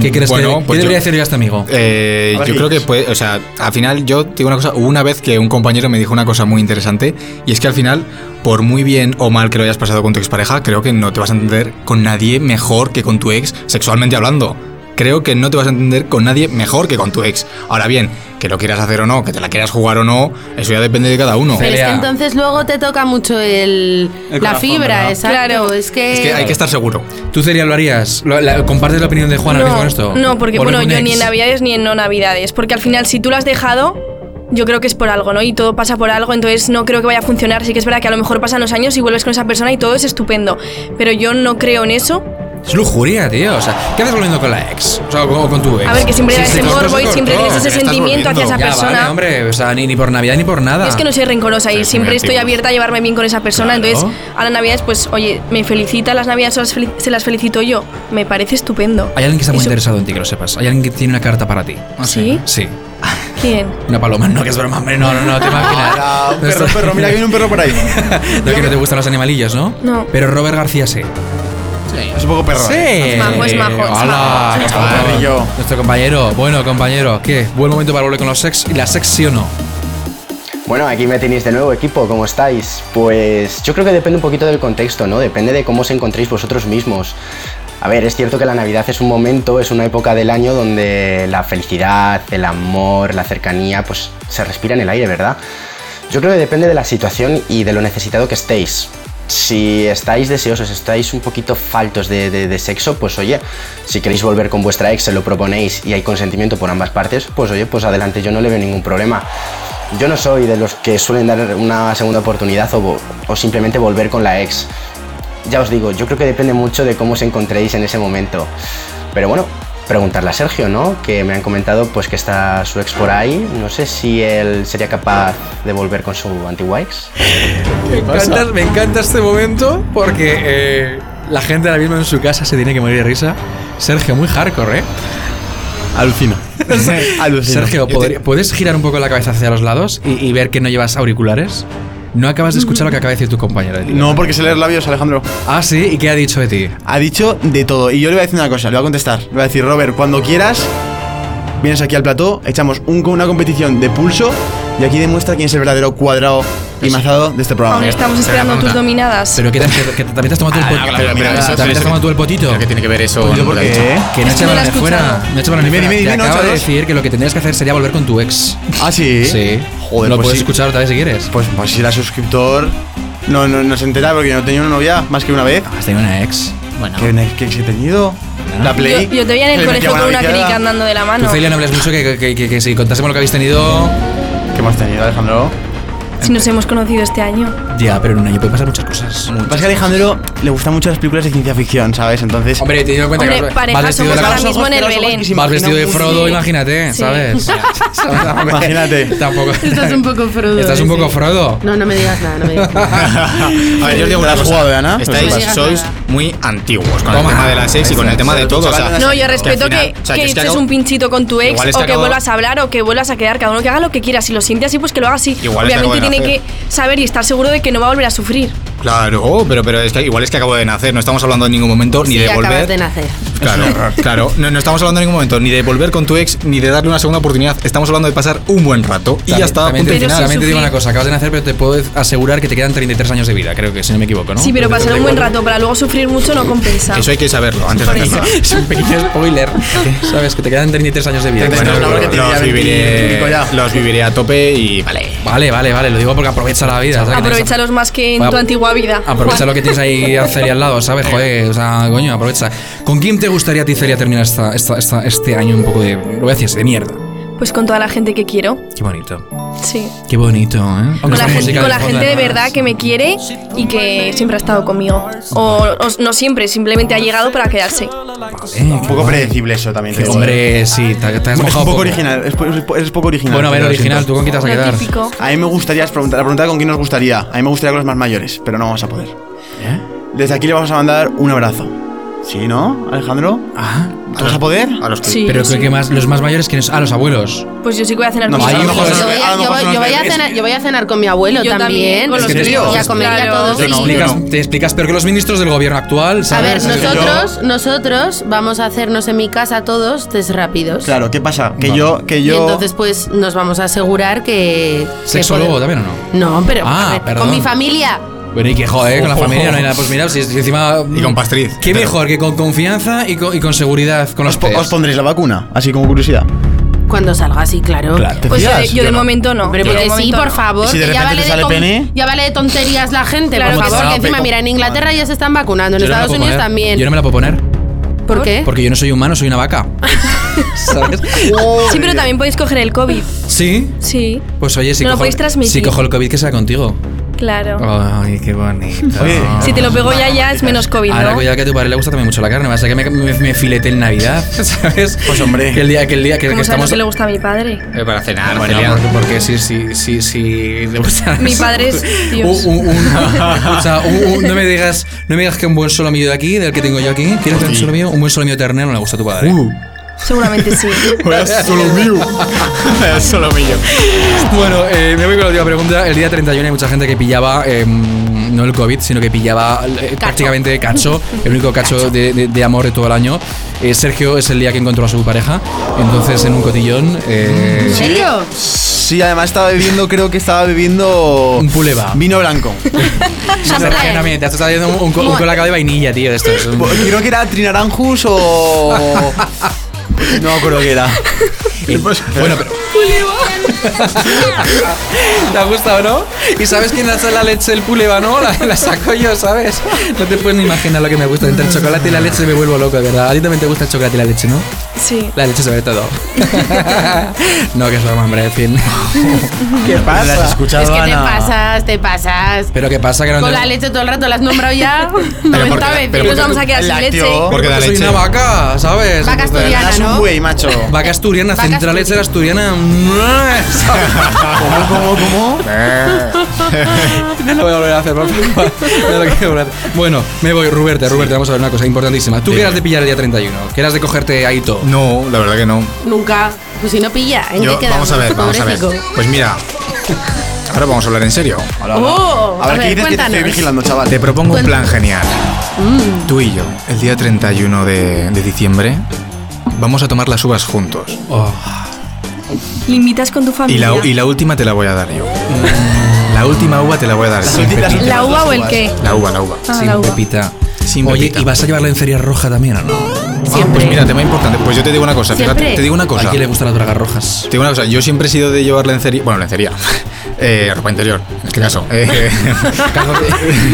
S1: ¿Qué crees
S2: bueno,
S1: que,
S2: pues yo-
S1: ¿qué debería decir yo a este amigo?
S2: Eh,
S1: A ver
S2: yo
S1: qué
S2: creo que puede, o sea, al final yo te digo una cosa, hubo una vez que un compañero me dijo una cosa muy interesante y es que al final, por muy bien o mal que lo hayas pasado con tu expareja, creo que no te vas a entender con nadie mejor que con tu ex sexualmente hablando. Creo que no te vas a entender con nadie mejor que con tu ex. Ahora bien, que lo quieras hacer o no, que te la quieras jugar o no, eso ya depende de cada uno.
S5: Pero es que entonces luego te toca mucho el,
S2: El
S5: la
S2: corazón,
S5: fibra,
S2: ¿verdad?
S5: exacto. Es que,
S2: Es que hay que estar seguro.
S1: ¿Tú, Celia, lo harías? ¿Lo- la- ¿Compartes la opinión de Juan ahora mismo
S3: No,
S1: en esto?
S3: no, porque
S1: ¿Volver
S3: bueno,
S1: con
S3: yo
S1: un
S3: ni en
S1: ex?
S3: navidades ni en no navidades. Porque al final, si tú lo has dejado, yo creo que es por algo, ¿no? Y todo pasa por algo, entonces no creo que vaya a funcionar. Sí que es verdad que a lo mejor pasan los años y vuelves con esa persona y todo es estupendo. Pero yo no creo en eso.
S1: Es lujuria, tío. O sea, ¿qué haces volviendo con la ex? O sea, o con, o con tu ex.
S3: A ver, que siempre
S1: hay
S3: hay ese morbo y siempre tienes ese sentimiento hacia esa persona.
S1: Vale, hombre, o sea, ni, ni por Navidad ni por nada.
S3: Yo es que no soy rencorosa y siempre estoy
S1: negativos.
S3: abierta a llevarme bien con esa persona.
S1: Claro.
S3: Entonces, a las navidades, pues, oye, me felicita las navidades, se las fel- se las felicito yo. Me parece estupendo.
S1: Hay alguien que está muy
S3: Eso-
S1: interesado en ti, que lo sepas. Hay alguien que tiene una carta para ti.
S4: ¿Ah,
S3: sí?
S1: Sí.
S3: ¿Quién?
S1: Una paloma, no, que es broma, hombre. No, no, no, te imaginas.
S4: un perro, un perro, mira que viene un perro por ahí.
S1: No, que no te gustan los animalillos, ¿no?
S3: No.
S1: Pero Robert García sí.
S4: Es un poco perro.
S1: Sí.
S4: ¿eh?
S1: Hola,
S4: Es majo.
S1: chaval.
S4: Chavalillo.
S1: Nuestro compañero. Bueno, compañero, ¿qué? ¿Buen momento para volver con los sex? ¿Y la sex sí o no?
S6: Bueno, aquí me tenéis de nuevo, equipo, ¿cómo estáis? Pues yo creo que depende un poquito del contexto, ¿no? Depende de cómo os encontréis vosotros mismos. A ver, es cierto que la Navidad es un momento, es una época del año donde la felicidad, el amor, la cercanía, pues se respira en el aire, ¿verdad? Yo creo que depende de la situación y de lo necesitado que estéis. Si estáis deseosos, estáis un poquito faltos de, de- de sexo, pues oye, si queréis volver con vuestra ex, se lo proponéis y hay consentimiento por ambas partes, pues oye, pues adelante, yo no le veo ningún problema. Yo no soy de los que suelen dar una segunda oportunidad o, vo- o simplemente volver con la ex. Ya os digo, yo creo que depende mucho de cómo os encontréis en ese momento. Pero bueno, preguntarle a Sergio, ¿no? Que me han comentado pues que está su ex por ahí. No sé si él sería capaz de volver con su antigua ex.
S1: Me encanta, me encanta este momento porque eh, la gente ahora mismo en su casa se tiene que morir de risa. Sergio, muy hardcore, ¿eh?
S4: Alucino. Alucino.
S1: Sergio,
S4: Yo
S1: ¿podri- ¿puedes girar un poco la cabeza hacia los lados y, y ver que no llevas auriculares? No acabas de escuchar lo que acaba de decir tu compañero. de
S4: te-
S1: ti.
S4: No, porque se lee los labios, Alejandro.
S1: Ah, sí, ¿y qué ha dicho de ti?
S4: Ha dicho de todo. Y yo le voy a decir una cosa, le voy a contestar. Le voy a decir, Robert, cuando quieras, vienes aquí al plató, echamos un- una competición de pulso y aquí demuestra quién es el verdadero cuadrado
S1: Pues
S4: y Mazado de este programa.
S3: Aún estamos
S1: Pero
S3: esperando
S1: la
S3: tus
S1: pregunta,
S3: dominadas.
S1: Pero que, te- que- que también te has tomado tú el
S2: Ah,
S1: potito.
S2: claro, pero mira, eso-
S1: también te has
S2: eso-
S1: tomado tú el potito.
S2: ¿Qué tiene que ver eso?
S1: Yo
S2: con lo
S1: porque-
S2: que ha dicho?
S1: Que no eche
S2: No lo he
S1: balones fuera.
S2: escuchado.
S1: No eche balones
S2: Dime,
S1: fuera.
S2: dime,
S1: Te
S2: dime, no,
S1: acabo de
S2: chavales.
S1: decir que lo que tendrías que hacer sería volver con tu ex.
S4: Ah, sí.
S1: Sí.
S4: Joder,
S1: Lo
S4: pues sí.
S1: puedes escuchar otra vez si quieres.
S4: Pues, pues si era suscriptor, no, no, no se entera porque yo no tenía una novia más que una vez.
S1: Ah, Has tenido una ex. Bueno.
S4: ¿Qué, una ex- qué ex he tenido? La Play.
S3: Yo, yo te veía en el
S4: Que le
S3: colegio
S4: metía
S3: con una
S4: viciada.
S3: crica andando de la
S1: Tú,
S3: mano.
S1: Celia, no hables mucho, que, que- que- que si contásemos lo que habéis tenido...
S4: ¿Qué hemos tenido, Alejandro?
S3: Si nos hemos conocido este año.
S1: Ya, pero en un año pueden pasar muchas cosas.
S4: Lo que pasa es que a Alejandro le gustan mucho las películas de ciencia ficción, ¿sabes? Entonces.
S1: Hombre, te doy cuenta
S3: Hombre,
S1: que vas-
S3: pareja
S1: vas vestido
S3: somos
S1: de la
S3: ahora mismo en el
S1: Vas
S3: Belén.
S1: vestido de Frodo, imagínate,
S3: Sí.
S1: ¿sabes? imagínate. Tampoco.
S5: Estás un poco frodo.
S1: Estás un
S5: sí.
S1: poco Frodo.
S5: No, no me digas nada, no me digas nada.
S2: A ver, yo os digo
S4: ¿La
S2: una
S4: has
S2: cosa.
S4: jugado, Ana?
S2: Estáis,
S3: Pues
S5: No digas
S2: sois
S5: nada.
S2: muy antiguos con
S1: Toma.
S2: el tema de las ex y con el tema de todo. o sea,
S3: No, yo
S2: al
S3: respeto que,
S2: final- o sea,
S3: que
S2: yo es
S3: eches
S2: acabo-
S3: un pinchito con tu ex
S2: Igual
S3: o
S2: es que
S3: que
S2: acabo-
S3: vuelvas a hablar o que vuelvas a quedar. Cada uno que haga lo que quiera. Si lo siente así, pues que lo haga así.
S2: Igual es
S3: Obviamente
S2: que acabo de
S3: tiene que
S2: nacer.
S3: saber y estar seguro de que no va a volver a sufrir.
S2: Claro, oh, pero, pero es que igual es que acabo de nacer. No estamos hablando en ningún momento ni
S5: Sí,
S2: de
S5: acabas
S2: volver.
S5: de nacer.
S2: Claro, claro. No, no estamos hablando en ningún momento ni de volver con tu ex ni de darle una segunda oportunidad. Estamos hablando de pasar un buen rato y ya está.
S1: También,
S2: punto
S1: te,
S2: y final.
S1: también te digo una cosa, acabas de nacer, pero te puedo asegurar que te quedan 33 años de vida, creo que, si no me equivoco, ¿no?
S3: Sí,
S2: pues
S3: pero pasar un buen rato para luego sufrir mucho no compensa.
S1: hay que saberlo antes
S3: de Por hacer eso. nada.
S1: Es un pequeño spoiler. Sabes que te quedan 33 años de vida.
S2: Bueno, los, viviré, los viviré a tope y vale.
S1: Vale, vale, vale. Lo digo porque aprovecha la vida. ¿sabes?
S3: Aprovechalos más que en
S1: Va-
S3: tu antigua vida.
S1: Aprovecha lo que tienes ahí a Celia al lado, ¿sabes? Joder, o sea, coño, aprovecha. ¿Con quién te gustaría a ti, Celia, terminar esta, esta- esta- este año un poco de. Lo voy a decir, de mierda.
S3: Pues con toda la gente que quiero.
S1: Qué bonito.
S3: Sí.
S1: Qué bonito, ¿eh?
S3: Con la,
S1: esta
S3: gente,
S1: música
S3: con la
S1: fondo,
S3: gente de
S1: además.
S3: verdad que me quiere y que siempre ha estado conmigo. O, o no siempre, simplemente ha llegado para quedarse.
S4: Un poco predecible eso también.
S1: Qué Eh, Hombre, sí, te, te has
S4: Es
S1: mojado
S4: un poco original, es, po- es po- es poco original.
S1: Bueno, a ver,
S4: pero lo
S1: original,
S4: siento.
S1: ¿tú con quién te vas a Lo quedar? típico.
S4: A mí me gustaría, es pregunta- la pregunta con quién nos gustaría. A mí me gustaría con los más mayores, pero no vamos a poder.
S1: ¿Eh?
S4: Desde aquí le vamos a mandar un abrazo. ¿Sí, no, Alejandro?
S1: Ah,
S4: ¿Tú vas a poder?
S2: A los
S3: que- Sí,
S1: Pero creo
S3: sí.
S1: que más, los más mayores, ¿quiénes? Ah, los abuelos.
S3: Pues yo sí que voy a cenar
S1: No,
S3: con
S1: ahí
S3: mis
S1: Pues, ah, no
S3: abuelos.
S1: jodas.
S5: Yo voy a- yo voy- yo voy a cenar- yo voy a cenar con mi abuelo
S3: Yo también,
S5: también.
S3: con los
S1: Es que
S3: críos.
S5: Y a comer
S3: Claro.
S5: a todos.
S1: Te
S5: y-
S1: explicas, te explicas peor que los ministros del gobierno actual,
S5: A ver,
S1: ¿sabes? Es que yo-
S5: nosotros, nosotros vamos a hacernos en mi casa todos test rápidos.
S4: Claro, ¿qué pasa? Que yo, que
S5: Y
S4: yo.
S5: entonces pues nos vamos a asegurar que... que
S1: ¿Sexólogo
S5: podemos-
S1: también o no?
S5: No, pero
S1: Ah,
S5: a ver,
S1: perdón.
S5: con mi familia.
S1: Bueno, y que joder, con la familia no hay nada. Pues mira, si si encima. Y con
S2: pastriz.
S1: Qué mejor que con confianza y con, y con seguridad con los
S4: ¿Os, po- os pondréis la vacuna? Así como curiosidad.
S5: Cuando salga, sí, claro.
S4: Claro. ¿Te
S5: Pues
S4: fías?
S5: yo de- yo de
S4: no.
S5: momento no. Hombre,
S4: Yo
S5: porque
S4: no.
S5: sí, por favor.
S4: ¿Y si de
S5: que ya
S4: repente
S5: vale
S4: te sale
S5: com-
S4: pene?
S5: Ya vale de tonterías la gente,
S1: Claro
S5: por
S1: que
S5: favor.
S1: sí.
S5: que encima,
S1: Pe-
S5: mira, en Inglaterra ya se están vacunando, en
S1: Yo no me la
S5: Estados
S1: puedo
S5: Unidos
S1: poner.
S5: también.
S1: Yo no me ¿eh? la puedo poner.
S5: ¿Por
S3: ¿Eh?
S5: qué?
S1: Porque yo no soy humano, soy una vaca. ¿Sabes?
S3: Sí, pero también podéis coger el COVID.
S1: Sí.
S3: Sí,
S1: Pues oye, si,
S3: No lo
S1: cojo,
S3: podéis transmitir.
S1: si cojo el COVID, que sea contigo.
S3: claro.
S1: Ay, qué bonito.
S3: Si te lo pego ya, ya es menos COVID,
S1: Ahora
S3: ¿no?
S1: cuidado que a tu padre le gusta también mucho la carne, vas a que me, me, me filete en Navidad, ¿sabes? Pues hombre. Que el día que, el día que, que
S3: ¿Cómo sabes lo
S1: estamos.
S3: que le gusta a mi padre?
S1: Eh, para cenar,
S2: Bueno,
S1: Celia. porque, porque sí, sí, sí, sí, le gusta.
S3: Mi padre es Dios.
S1: Un- un- un- o sea, un- un- no, me digas, no me digas que un buen solomillo de aquí, del que tengo yo aquí, ¿quieres un solomillo? Un buen solomillo de ternero no le gusta a tu padre.
S3: Seguramente sí.
S2: solomillo. Vaya solomillo.
S1: Bueno, eh, me voy con la última pregunta. El día 31 hay mucha gente que pillaba, eh, no el COVID, sino que pillaba eh, prácticamente cacho, el único cacho, De, de- de amor de todo el año. Eh, Sergio es el día que encontró a su pareja, entonces en un cotillón. eh,
S4: Sí, además estaba bebiendo, creo que estaba bebiendo. Un
S1: puleva.
S4: Vino blanco.
S1: No, Sergio, no mientas, te está diciendo un, un, co- un colacao de vainilla, tío, de estos. Un-
S4: Pues Creo que era Trinaranjus o. No creo que era.
S1: Bueno, pero. ¿Te ha gustado, no? ¿Y sabes quién hace la leche el puleva, no? La, la saco yo, ¿sabes? No te puedes ni imaginar lo que me gusta. Entre el chocolate y la leche me vuelvo loco, de verdad. A ti también te gusta el chocolate y la leche, ¿no?
S3: Sí.
S1: La leche sobre todo. no, que es broma, hombre, en fin.
S4: ¿Qué pasa?
S1: ¿Las has escuchado,
S5: Es que te pasas, te pasas.
S1: Pero ¿qué pasa? Que no
S5: Con la
S1: entiendo-
S5: leche todo el rato, la has nombrado ya 90 veces.
S1: porque- Porque
S2: da
S1: soy
S2: leche.
S1: una vaca, ¿sabes?
S5: Vaca
S1: Entonces-
S5: asturiana, Das un ¿no? buey,
S4: macho.
S1: Vaca asturiana,
S5: Vaca
S1: central leche asturiana. ¿Cómo,
S4: cómo, cómo? Eh.
S1: No lo voy a volver a hacer, por favor. No lo quiero volver a hacer. Bueno, me voy. Ruberte, Ruberte, vamos a ver una cosa importantísima. ¿Tú qué eras de pillar el día 31? ¿Qué eras de cogerte ahí todo?
S2: No, la verdad que no.
S5: Nunca. Pues si no pilla, ¿en
S2: Yo-
S5: qué quedamos?
S2: vamos a ver, vamos a ver.
S5: Pobrecito.
S2: Pues mira, ahora vamos a hablar en serio.
S5: hola. Oh,
S4: a ver,
S5: a
S4: ¿qué dices que te
S5: ver,
S4: estoy
S5: cuéntanos.
S4: vigilando, chaval?
S2: Te propongo un
S4: Cuenta.
S2: plan genial.
S5: Mm.
S2: Tú y yo, el día 31 de, de diciembre, vamos a tomar las uvas juntos.
S1: Oh.
S3: ¿Le invitas con tu
S2: Y
S3: familia?
S2: la, y la última te la voy a dar yo. La última uva te la voy a dar. sin
S3: últimas-
S2: pepita.
S3: ¿La uva o el qué?
S2: La uva, la uva.
S3: Ah, la uva.
S1: Pepita.
S2: Sin
S1: Oye,
S2: pepita.
S1: ¿y vas a llevarlo en Feria Roja también o no?
S2: Ah, pues mira, tema importante. Pues yo te digo una cosa,
S1: Siempre.
S2: fíjate, te digo una cosa.
S1: ¿A quién le gustan las bragas rojas?
S2: Te digo una cosa, yo siempre he sido de llevar lencería, bueno, lencería, eh, ropa interior, en este caso. Eh,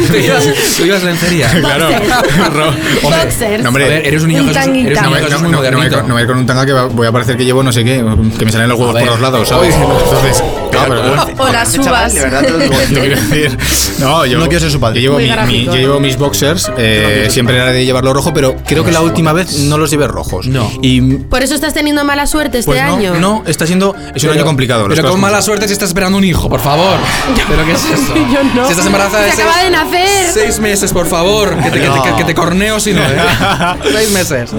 S1: ¿Tú ibas, tú ibas lencería?
S2: Claro. Ro- hombre,
S1: Boxers.
S2: no, hombre,
S1: A ver, eres un niño Un Jesús- eres un niño
S2: No,
S1: Jesús
S2: no,
S1: muy
S2: no, no,
S1: modernito.
S2: me- no me voy a ir con un tanga que va- voy a parecer que llevo no sé qué, que me salen los huevos por los lados, ¿sabes? Entonces, no, pero bueno.
S3: O las uvas.
S2: Yo quiero decir, no, yo
S4: No quiero ser su padre.
S2: Yo llevo,
S4: Muy
S2: mi- mi-
S4: gráfico,
S2: yo
S4: ¿no?
S2: llevo mis boxers, eh, siempre era de llevarlo rojo, pero creo que la última vez no los llevé rojos. No. Y
S5: Por eso estás teniendo mala suerte este
S2: pues no,
S5: año.
S2: no, está siendo es un
S1: Pero-
S2: año complicado. las
S1: Pero
S2: cosas
S1: con
S2: como
S1: mala
S2: son.
S1: suerte si estás esperando un hijo, por favor. ¿Pero qué es eso?
S5: Yo no.
S1: Si estás embarazada de
S5: Se acaba
S1: seis-
S5: de nacer.
S1: Seis meses, por favor. Que te, que te- que- que te corneo si no, ¿eh? Seis meses.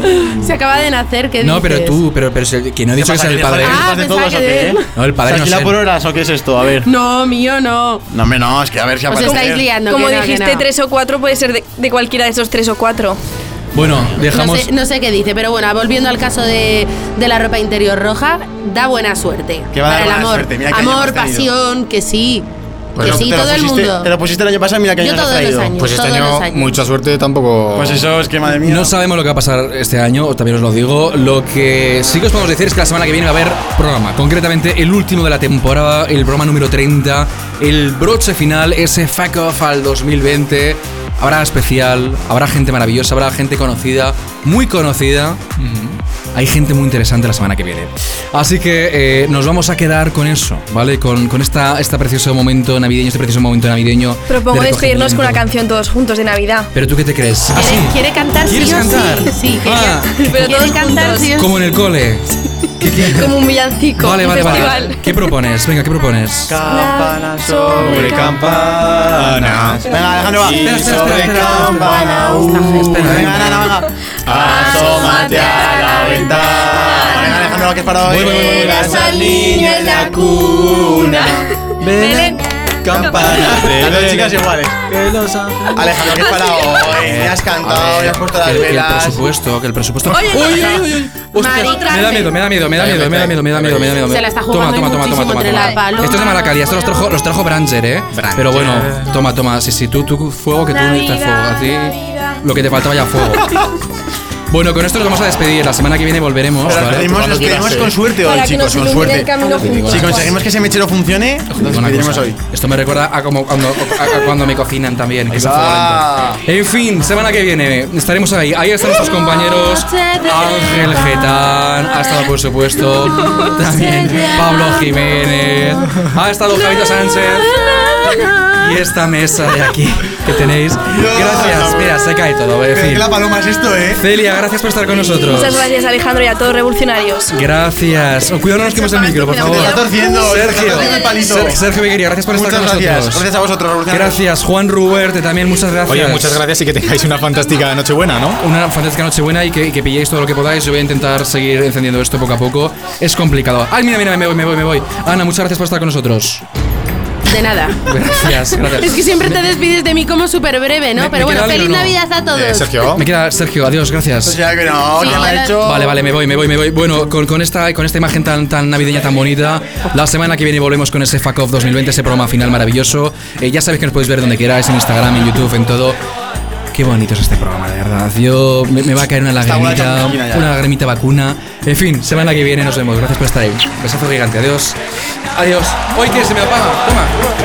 S5: Se acaba de nacer, ¿qué
S1: No,
S5: dices?
S1: pero tú, pero, pero si- que no he dicho que sea el padre.
S5: Ah, pensaba que de él.
S1: No, el padre no
S4: ¿Alquila
S1: sé.
S4: por horas o qué es esto? A ver.
S5: No, mío no.
S4: No, hombre, no, es que a ver si
S5: Os
S4: aparece.
S5: estáis liando,
S3: Como
S5: que no, que
S3: dijiste
S5: no.
S3: tres o cuatro, puede ser de, de cualquiera de esos tres o cuatro.
S1: Bueno,
S5: No
S1: dejamos.
S5: sé, no sé qué dice, pero bueno, volviendo al caso de, de la ropa interior roja, da buena suerte.
S4: Que va a dar
S5: para el
S4: buena
S5: amor.
S4: suerte, mira qué año
S5: amor,
S4: hemos tenido.
S5: pasión, que sí.
S2: Pues
S5: que
S2: no,
S5: sí,
S2: te lo
S5: todo el
S2: pusiste-
S5: mundo.
S4: Te lo pusiste el año pasado, mira que
S5: Yo
S4: año nos
S5: todos
S4: has traído.
S5: los años.
S2: Pues este
S5: todos
S2: año
S5: los años.
S2: mucha suerte tampoco.
S4: Pues eso es que madre mía.
S1: No sabemos lo que va a pasar este año, o también os lo digo. Lo que sí que os podemos decir es que la semana que viene va a haber programa. Concretamente, el último de la temporada, el programa número 30, el broche final, ese fuck off al 2020. Habrá especial, habrá gente maravillosa, habrá gente conocida, muy conocida. Hay gente muy interesante la semana que viene. Así que eh, nos vamos a quedar con eso, ¿vale? Con, con esta, este precioso momento navideño, este precioso momento navideño. de
S3: Propongo despedirnos con una
S1: recogimiento.
S3: canción todos juntos de Navidad.
S1: ¿Pero tú qué te crees? ¿Ah, sí?
S5: ¿Quiere, quiere cantar
S1: ¿Quieres
S5: sí o
S1: cantar?
S5: sí? Sí, quería.
S1: Ah.
S5: Pero ¿Quiere cantar sí o sí?
S1: Como en el cole.
S3: Como un villancico.
S1: Vale,
S3: un
S1: vale,
S3: festival.
S1: vale. ¿Qué propones? Venga, ¿qué propones?
S4: Campana sobre campana. Venga, Alejandro, va.
S1: Y Espera, espera,
S4: sobre
S1: espera, espera.
S4: campana.
S1: Espera,
S4: Venga,
S1: venga.
S4: venga, venga. Asómate a la ventana. Venga, Alejandro, va, que es para hoy. Verás al niño en la cuna.
S1: Belén.
S4: Campana. Las dos chicas iguales. Alejandro, que es para hoy. Ya has cantado, ya has puesto las
S1: Que- que el
S4: velas.
S1: presupuesto, que el presupuesto.
S4: Oye,
S1: Uy,
S4: no,
S1: uy, uy, uy. Hostia,
S5: Maricarmen.
S1: me da miedo, me da miedo, me da miedo, me da miedo, me da miedo, me da miedo.
S5: Se la está jugando
S1: toma, toma, toma,
S5: muchísimo
S1: toma,
S5: entre
S1: toma.
S5: la paloma.
S1: Esto es de mala calidad, esto los trajo, los trajo Branger, eh. Pero bueno, toma, toma, sí, sí, tú, tú fuego que tú no necesitas fuego, a ti lo que te faltaba ya fuego. Bueno, con esto nos vamos a despedir. La semana que viene volveremos.
S4: Pero
S1: ¿vale?
S4: despedimos-
S1: Cuando
S4: despedimos
S1: quieras, eh.
S4: con suerte hoy,
S3: Para que
S4: chicos,
S3: nos
S4: con
S3: ilumine el
S4: suerte.
S3: camino juntos.
S4: Si conseguimos que ese mechero funcione, nos
S1: Una
S4: despediremos
S1: cosa,
S4: hoy.
S1: Esto me recuerda a, como, cuando- a- a cuando me cocinan también, que es un fuego
S4: va.
S1: lento. En fin, semana que viene estaremos ahí. Ahí están nuestros compañeros. Ah, Ángel Getán ha estado, por supuesto, también Pablo Jiménez. Ha estado Javito Sánchez. Y esta mesa de aquí que tenéis. Gracias. Mira, se cae todo. En fin.
S4: ¿Qué la paloma es esto, eh?
S1: Celia, gracias por estar con nosotros.
S3: Muchas gracias, Alejandro, y a todos revolucionarios.
S1: Gracias. Oh, Cuidado, no nos quemos el micro, por favor.
S4: Está torciendo, está
S1: Sergio.
S4: torciendo el palito.
S1: Ser- Sergio Beguería, gracias por estar
S4: Muchas
S1: con
S4: gracias.
S1: nosotros.
S4: Gracias a vosotros, revolucionarios.
S1: Gracias, Juan Ruberte, también muchas gracias.
S2: Oye, muchas gracias y que tengáis una fantástica Nochebuena, ¿no?
S1: Una fantástica noche buena y que, y que pilléis todo lo que podáis. Yo voy a intentar seguir encendiendo esto poco a poco. Es complicado. Ay, mira, mira, me voy, me voy, me voy. Ana, muchas gracias por estar con nosotros.
S5: De nada.
S1: Gracias, gracias.
S5: Es que siempre te despides de mí como súper breve, ¿no?
S1: Me- me
S5: Pero bueno,
S1: queda algo,
S5: feliz
S1: ¿no?
S5: Navidad a todos.
S1: Me queda Sergio, adiós, gracias.
S4: Eh, O sea que no, que
S5: Sí,
S4: me
S5: ya
S4: ha
S5: la-
S4: hecho.
S1: Vale, vale, me voy, me voy, me voy. Bueno, con, con esta, con esta imagen tan, tan navideña, tan bonita, la semana que viene volvemos con ese Fuck Off 2020, ese programa final maravilloso. Eh, ya sabéis que nos podéis ver donde queráis, en Instagram, en YouTube, en todo. Qué bonito es este programa, de verdad. Yo me, me va a caer una
S4: Está guay la
S1: lagrimita,
S4: chonquina ya.
S1: una lagrimita vacuna. En fin, semana que viene nos vemos. Gracias por estar ahí. Besazo gigante, adiós. Adiós. Hoy que se me apaga. Toma.